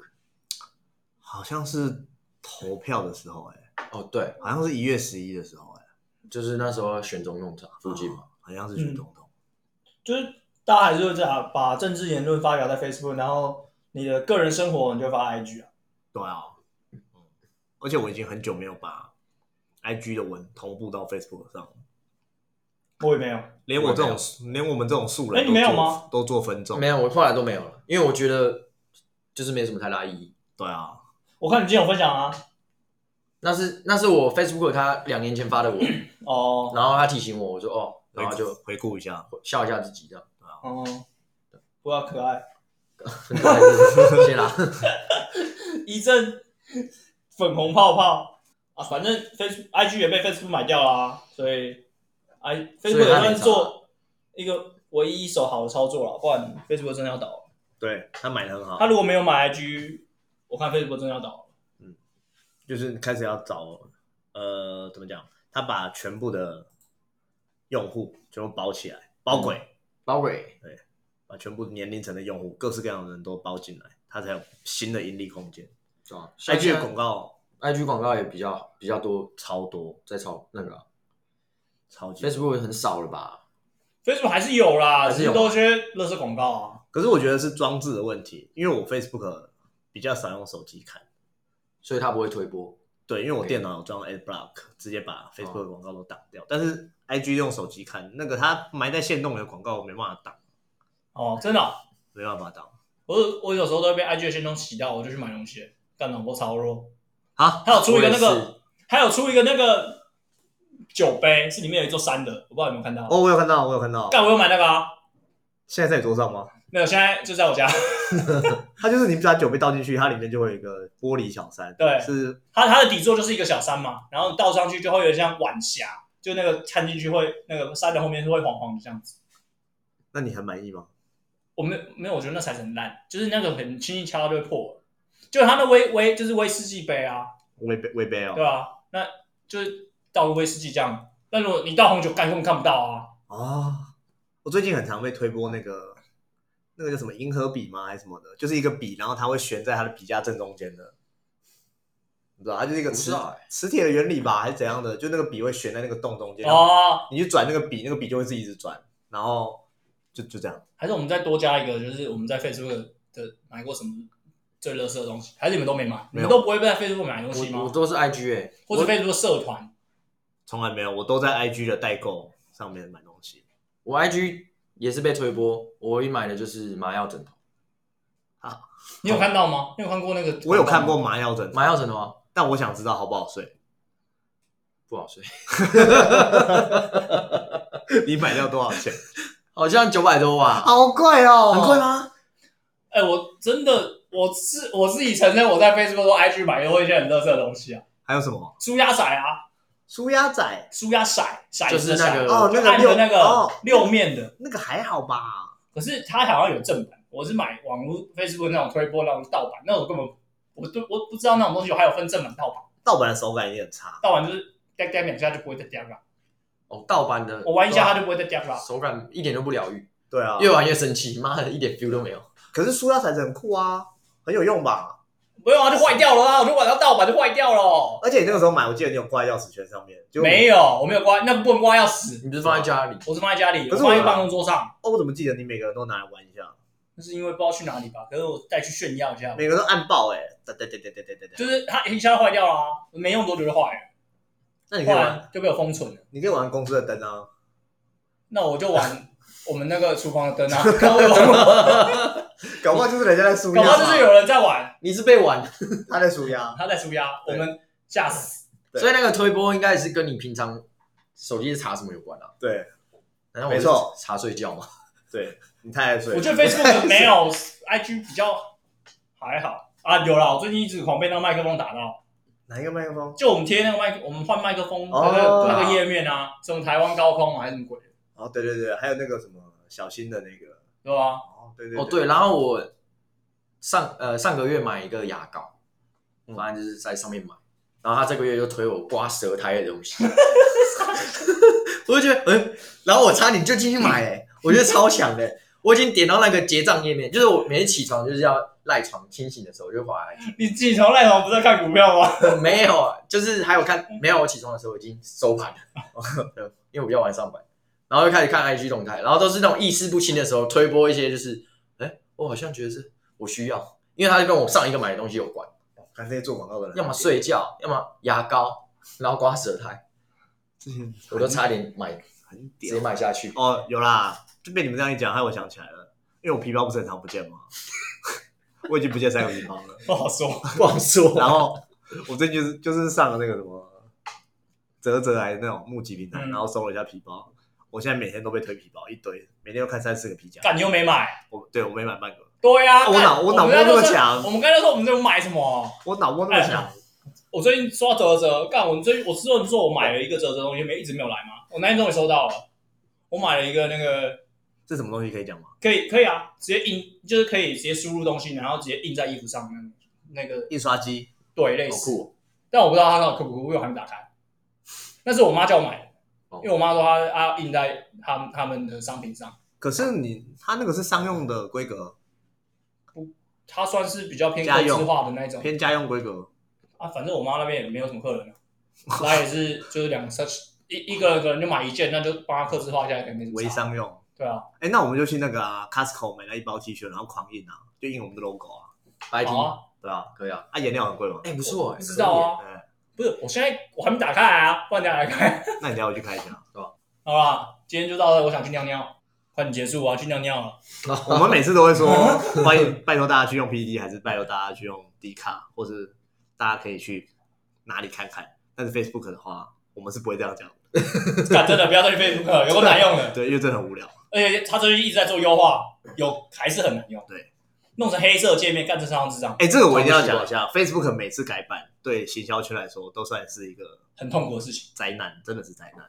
Speaker 2: 好像是投票的时候、哎，
Speaker 3: 哦，对，
Speaker 2: 好像是一月十一的时候、哎，
Speaker 3: 就是那时候选总统场附近嘛。
Speaker 2: 好像是
Speaker 1: 嗯
Speaker 2: 选总统。
Speaker 1: 就是大家还是会这样把政治言论发表在 Facebook，然后你的个人生活你就发 IG 啊。
Speaker 2: 对啊，嗯而且我已经很久没有把 IG 的文同步到 Facebook 上了，
Speaker 1: 我也没有，
Speaker 2: 连我这种连我们这种素人，
Speaker 1: 哎你没有吗？
Speaker 2: 都做分众
Speaker 3: 没。有，我后来都没有了，因为我觉得就是没什么太大意义。
Speaker 2: 对啊，
Speaker 1: 我看你今天有分享啊。
Speaker 3: 那是那是我 Facebook 他两年前发的我，
Speaker 1: 哦，
Speaker 3: 然后他提醒我，我说哦，然后就
Speaker 2: 回顾一下，
Speaker 3: 笑一下自己 这样。
Speaker 1: 嗯，不要可爱。
Speaker 3: 很可爱就是谢啦。
Speaker 1: 一阵粉红泡泡啊，反正 Facebook、IG 也被 Facebook 买掉了、啊，所以 I
Speaker 3: 所
Speaker 1: Facebook
Speaker 3: 以它
Speaker 1: 算
Speaker 3: 没
Speaker 1: 是
Speaker 3: 差
Speaker 1: 做一个唯一一手好的操作了，不然 Facebook 真的要倒了。
Speaker 2: 对他买的很好
Speaker 1: 他，如果没有买 IG，我看 Facebook 真的要倒了。
Speaker 2: 就是开始要找呃，怎么讲？他把全部的用户全部包起来，包鬼，
Speaker 3: 包伟，
Speaker 2: 把全部年龄层的用户，各式各样的人都包进来，他才有新的盈利空间。
Speaker 3: 是吧
Speaker 2: IG 的广告
Speaker 3: IG 广告也比较比较多
Speaker 2: 超多，
Speaker 3: 在炒那个啊
Speaker 2: 超级。
Speaker 3: Facebook 很少了吧？
Speaker 1: Facebook 还是有啦，
Speaker 3: 还
Speaker 1: 只
Speaker 3: 是有
Speaker 1: 是都是些垃圾广告啊。
Speaker 2: 可是我觉得是装置的问题，因为我 Facebook 比较少用手机看，
Speaker 3: 所以他不会推播。
Speaker 2: 对，因为我
Speaker 3: 对
Speaker 2: 电脑有装 AdBlock，直接把 Facebook 的广告都挡掉。但是 IG 用手机看，那个它埋在线动里的广告我没办法挡，
Speaker 1: 哦，真的哦、
Speaker 2: 没办法挡。
Speaker 1: 我我有时候都会被 IG 的先动洗到，我就去买东西，干脑波超弱。
Speaker 2: 好，
Speaker 1: 还有出一个那
Speaker 3: 我也
Speaker 1: 个
Speaker 3: 是，
Speaker 1: 还有出一个那个酒杯，是里面有一座山的，我不知道你有没有看到。
Speaker 2: 哦，我有看到，我有看到，
Speaker 1: 干，我有买那个啊。
Speaker 2: 现在在你桌上吗？
Speaker 1: 没有，现在就在我家。
Speaker 2: 它就是你把酒杯倒进去，它里面就会有一个玻璃小山，
Speaker 1: 对
Speaker 2: 是
Speaker 1: 它它的底座就是一个小山嘛，然后倒上去就会有点像晚霞，就那个看进去会那个山的后面是会黄黄的这样子。
Speaker 2: 那你很满意吗？
Speaker 1: 我没有没有，我觉得那才是很烂，就是那个很轻易敲到就会破了，就它那威威就是威士忌杯啊，
Speaker 2: 微杯微杯
Speaker 1: 对
Speaker 2: 哦，
Speaker 1: 吧、那就是倒威士忌这样，那如果你倒红酒，干根本看不到啊。
Speaker 2: 哦，我最近很常被推播那个那个叫什么银河笔吗？还是什么的，就是一个笔，然后它会悬在它的笔架正中间的，你知道，它就是一个
Speaker 3: 我不
Speaker 2: 磁
Speaker 3: 知道欸
Speaker 2: 磁铁的原理吧，还是怎样的？就那个笔会悬在那个洞中
Speaker 3: 啊
Speaker 2: 间，然后
Speaker 1: 哦，
Speaker 2: 你去转那个笔，那个笔就会自己一直转，然后就就这样。
Speaker 1: 还是我们再多加一个，就是我们在 Facebook 的买过什么最垃圾的东西，还是你们都没买？你
Speaker 2: 没
Speaker 1: 们
Speaker 2: 有
Speaker 1: 都不会在 Facebook 买东西
Speaker 3: 我我
Speaker 1: 吗？
Speaker 3: 都是 IG 哎，
Speaker 1: 或者 Facebook 社团？
Speaker 2: 从来没有，我都在 IG 的代购上面买东西
Speaker 3: 我 IG 也是被推播，我一买的就是麻药枕头，
Speaker 2: 啊。
Speaker 1: 你有看到吗？你有看过那个？
Speaker 2: 我有看过。麻药枕头，
Speaker 3: 麻药枕头啊，
Speaker 2: 但我想知道好不好睡。
Speaker 3: 不好睡，
Speaker 2: 你买掉多少钱？
Speaker 3: 好像九百多瓦，
Speaker 2: 好贵哦
Speaker 3: 很贵吗？
Speaker 1: 哎、我真的，我是我自己承认，我在 Facebook 或 IG 买过一些很垃圾的东西啊，
Speaker 2: 还有什么？
Speaker 1: 舒压骰啊，
Speaker 2: 舒压仔
Speaker 1: 舒压骰，骰
Speaker 3: 就
Speaker 1: 子
Speaker 3: 是
Speaker 1: 的
Speaker 3: 那
Speaker 1: 骰，
Speaker 3: 个
Speaker 2: 哦，那个
Speaker 1: 啊按
Speaker 2: 六
Speaker 1: 的那
Speaker 2: 哦
Speaker 1: 个，六面的。
Speaker 2: 那个还好吧？
Speaker 1: 可是它好像有正版，我是买网络 Facebook 那种推播那种盗版，那我根本我都我不知道那种东西还有分正版盗版，
Speaker 2: 盗版的手感也很差。
Speaker 1: 盗版就是掉掉两下就不会再掉了，
Speaker 3: 哦，盗版的，
Speaker 1: 我玩一下它
Speaker 3: 对
Speaker 1: 就不会再掉
Speaker 3: 啊
Speaker 1: 了。
Speaker 3: 手感一点都不疗愈，
Speaker 2: 对啊
Speaker 3: 越玩越生气，妈的，一点 feel 都没有。
Speaker 2: 可是舒压仔很酷啊，很有用吧？
Speaker 1: 没有啊，就坏掉了啊，我就玩到盗版就坏掉了。
Speaker 2: 而且你那个时候买，我记得你有挂在钥匙圈上面。就
Speaker 1: 没
Speaker 2: 有？
Speaker 1: 有，我没有刮，那个不能刮要死，
Speaker 3: 你不是放在家里，
Speaker 1: 我是放在家里，
Speaker 2: 可是
Speaker 1: 我放在
Speaker 2: 我
Speaker 1: 办公桌上。
Speaker 2: 哦，我怎么记得你每个人都拿来玩一下？
Speaker 1: 那是因为不知道去哪里吧，可是我再去炫耀一下，
Speaker 2: 每个人都按爆哎、哒哒哒哒哒哒哒。
Speaker 1: 就是它一下就坏掉了、啊，没用多久就坏了，
Speaker 2: 那你可以
Speaker 1: 坏
Speaker 2: 玩，
Speaker 1: 了就被我封存了。
Speaker 2: 你可以玩公司的灯啊。
Speaker 1: 那我就玩我们那个厨房的灯啊，搞不
Speaker 2: 搞不好就是人家在输
Speaker 1: 好就
Speaker 2: 压，
Speaker 1: 是有人在玩，
Speaker 3: 你是被玩，
Speaker 2: 他在输压，
Speaker 1: 他在输压，我
Speaker 2: 对
Speaker 1: 们吓死。
Speaker 2: 对
Speaker 3: 所以那个推波应该也是跟你平常手机是查什么有关啊？
Speaker 2: 对
Speaker 3: 难道我
Speaker 2: 没
Speaker 3: 是
Speaker 2: 错
Speaker 3: 查睡觉吗？
Speaker 2: 对，你太爱睡
Speaker 1: 我
Speaker 2: 了，
Speaker 1: 觉得 Facebook 没有 IG 比较还好啊，有啦，我最近一直狂被那个麦克风打到，
Speaker 2: 哪一个麦克风？
Speaker 1: 就我们贴那个麦，我们换麦克风
Speaker 2: 哦
Speaker 1: 那个那个页面啊，什么台湾高空啊还是什么鬼，
Speaker 2: 哦，对对对，还有那个什么小新的那个，
Speaker 1: 对吧？
Speaker 2: 哦，对对
Speaker 3: 哦，对，然后我上呃上个月买一个牙膏，
Speaker 2: 嗯
Speaker 3: 反正就是在上面买，然后他这个月就推我刮舌苔的东 西，我就觉得嗯、然后我差点就进去买哎、我觉得超强的、我已经点到那个结账页面，就是我每天起床就是要赖床清醒的时候就滑 IG，
Speaker 1: 你起床赖床不是在看股票吗？
Speaker 3: 没有，啊，就是还有看，没有我起床的时候已经收盘了， 对因为我比较晚上班，然后就开始看 IG 动态，然后都是那种意识不清的时候推播一些，就是哎、我好像觉得是我需要，因为它就跟我上一个买的东西有关，
Speaker 2: 看这些做广告的人，
Speaker 3: 要么睡觉，要么牙膏，然后刮舌苔，
Speaker 2: 之前
Speaker 3: 我都差点买，
Speaker 2: 很
Speaker 3: 直
Speaker 2: 屌
Speaker 3: 接买下去。
Speaker 2: 哦，有啦，就被你们这样一讲，害我想起来了，因为我皮包不是很常不见吗？ 我已经不见三个皮包了。
Speaker 1: 不好说，
Speaker 3: 不好 说，
Speaker 2: 然后我最近就是就是上了那个什么泽泽来的那种募集平台，
Speaker 1: 嗯
Speaker 2: 然后搜了一下皮包。我现在每天都被推皮包一堆，每天都看三四个皮夹。
Speaker 1: 干你又没买，
Speaker 2: 我对我没买半个，
Speaker 1: 对呀，
Speaker 2: 啊我
Speaker 1: 干
Speaker 2: 脑我脑
Speaker 1: 们刚才
Speaker 2: 波那么
Speaker 1: 说
Speaker 2: 强
Speaker 1: 我们刚才说我们这买什么？
Speaker 2: 我脑波那么
Speaker 1: 哎
Speaker 2: 强，
Speaker 1: 我最近刷折折，干我最近我之前说我买了一个折折东西，没一直没有来吗？我那天终于收到了，我买了一个那个
Speaker 2: 这什么东西可以讲吗？
Speaker 1: 可以可以啊，直接印就是可以直接输入东西，然后直接印在衣服上面那个
Speaker 2: 印刷机，
Speaker 1: 对类
Speaker 3: 好
Speaker 1: 似，
Speaker 3: 酷哦、
Speaker 1: 但我不知道它到底酷不酷，因为我还没打开。那是我妈叫我买的
Speaker 3: 哦，
Speaker 1: 因为我妈说她她印在他们他们的商品上，
Speaker 2: 可是你它那个是商用的规格，
Speaker 1: 她算是比较偏
Speaker 2: 家
Speaker 1: 个
Speaker 2: 用
Speaker 1: 性化的那种
Speaker 2: 偏家用规格。
Speaker 1: 啊。反正我妈那边也没有什么客人啊，来也是就是两三一一个可能就买一件，那就帮她客制化一下，也没什么
Speaker 2: 微
Speaker 1: 差
Speaker 2: 商用。
Speaker 1: 对啊。
Speaker 2: 哎、那我们就去那个啊 Costco 买了一包 T 恤，然后狂印啊，就印我们的 logo 啊，
Speaker 3: 白 T
Speaker 1: 好啊，
Speaker 2: 对吧、啊？
Speaker 3: 可以啊，
Speaker 2: 啊，颜料很贵吗？
Speaker 3: 哦哎、不错、哎
Speaker 1: 不知道，啊，
Speaker 2: 哎、
Speaker 1: 不是，我现在我还没打开来啊，不然等下来开。
Speaker 2: 那你等一下我去看一下。
Speaker 1: 好啦，今天就到这，我想去尿尿，快点结束，我要去尿尿了。
Speaker 2: 我们每次都会说，欢迎拜托大家去用 PPT，还是拜托大家去用 D 卡，或是大家可以去哪里看看。但是 Facebook 的话，我们是不会这样讲的，
Speaker 1: 干真的不要再去 Facebook 了，有够难用的，
Speaker 2: 对，因为真的很无聊。
Speaker 1: 而且他最近一直在做优化，有还是很难用。
Speaker 2: 对，
Speaker 1: 弄成黑色界面，干这上智障，
Speaker 2: 哎、这个我一定要讲一下，Facebook 每次改版对行销圈来说都算是一个
Speaker 1: 很痛苦的事情。
Speaker 2: 灾难，真的是灾难，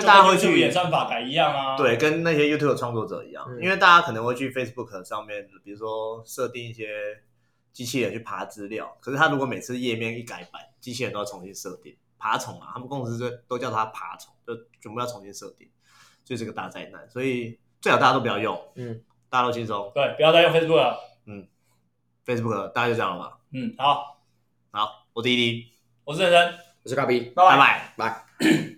Speaker 1: 就
Speaker 2: 为大家会
Speaker 1: 跟 YouTube
Speaker 2: 去
Speaker 1: 演算法改一样啊。，
Speaker 2: 对，跟那些 YouTube 创作者一样，
Speaker 3: 嗯
Speaker 2: 因为大家可能会去 Facebook 上面，比如说设定一些机器人去爬资料，可是他如果每次页面一改版，机器人都要重新设定爬虫啊，他们公司就都叫它爬虫，就全部要重新设定，所以是个大灾难。所以最好大家都不要用，
Speaker 3: 嗯，
Speaker 2: 大家都轻松。
Speaker 1: 对，不要再用 Facebook 了。
Speaker 2: Facebook 大家就这样了吧。
Speaker 1: 嗯，好，
Speaker 2: 好，我滴滴，
Speaker 1: 我是认真，
Speaker 3: 我是咖比，
Speaker 1: 拜
Speaker 2: 拜拜。
Speaker 3: 拜。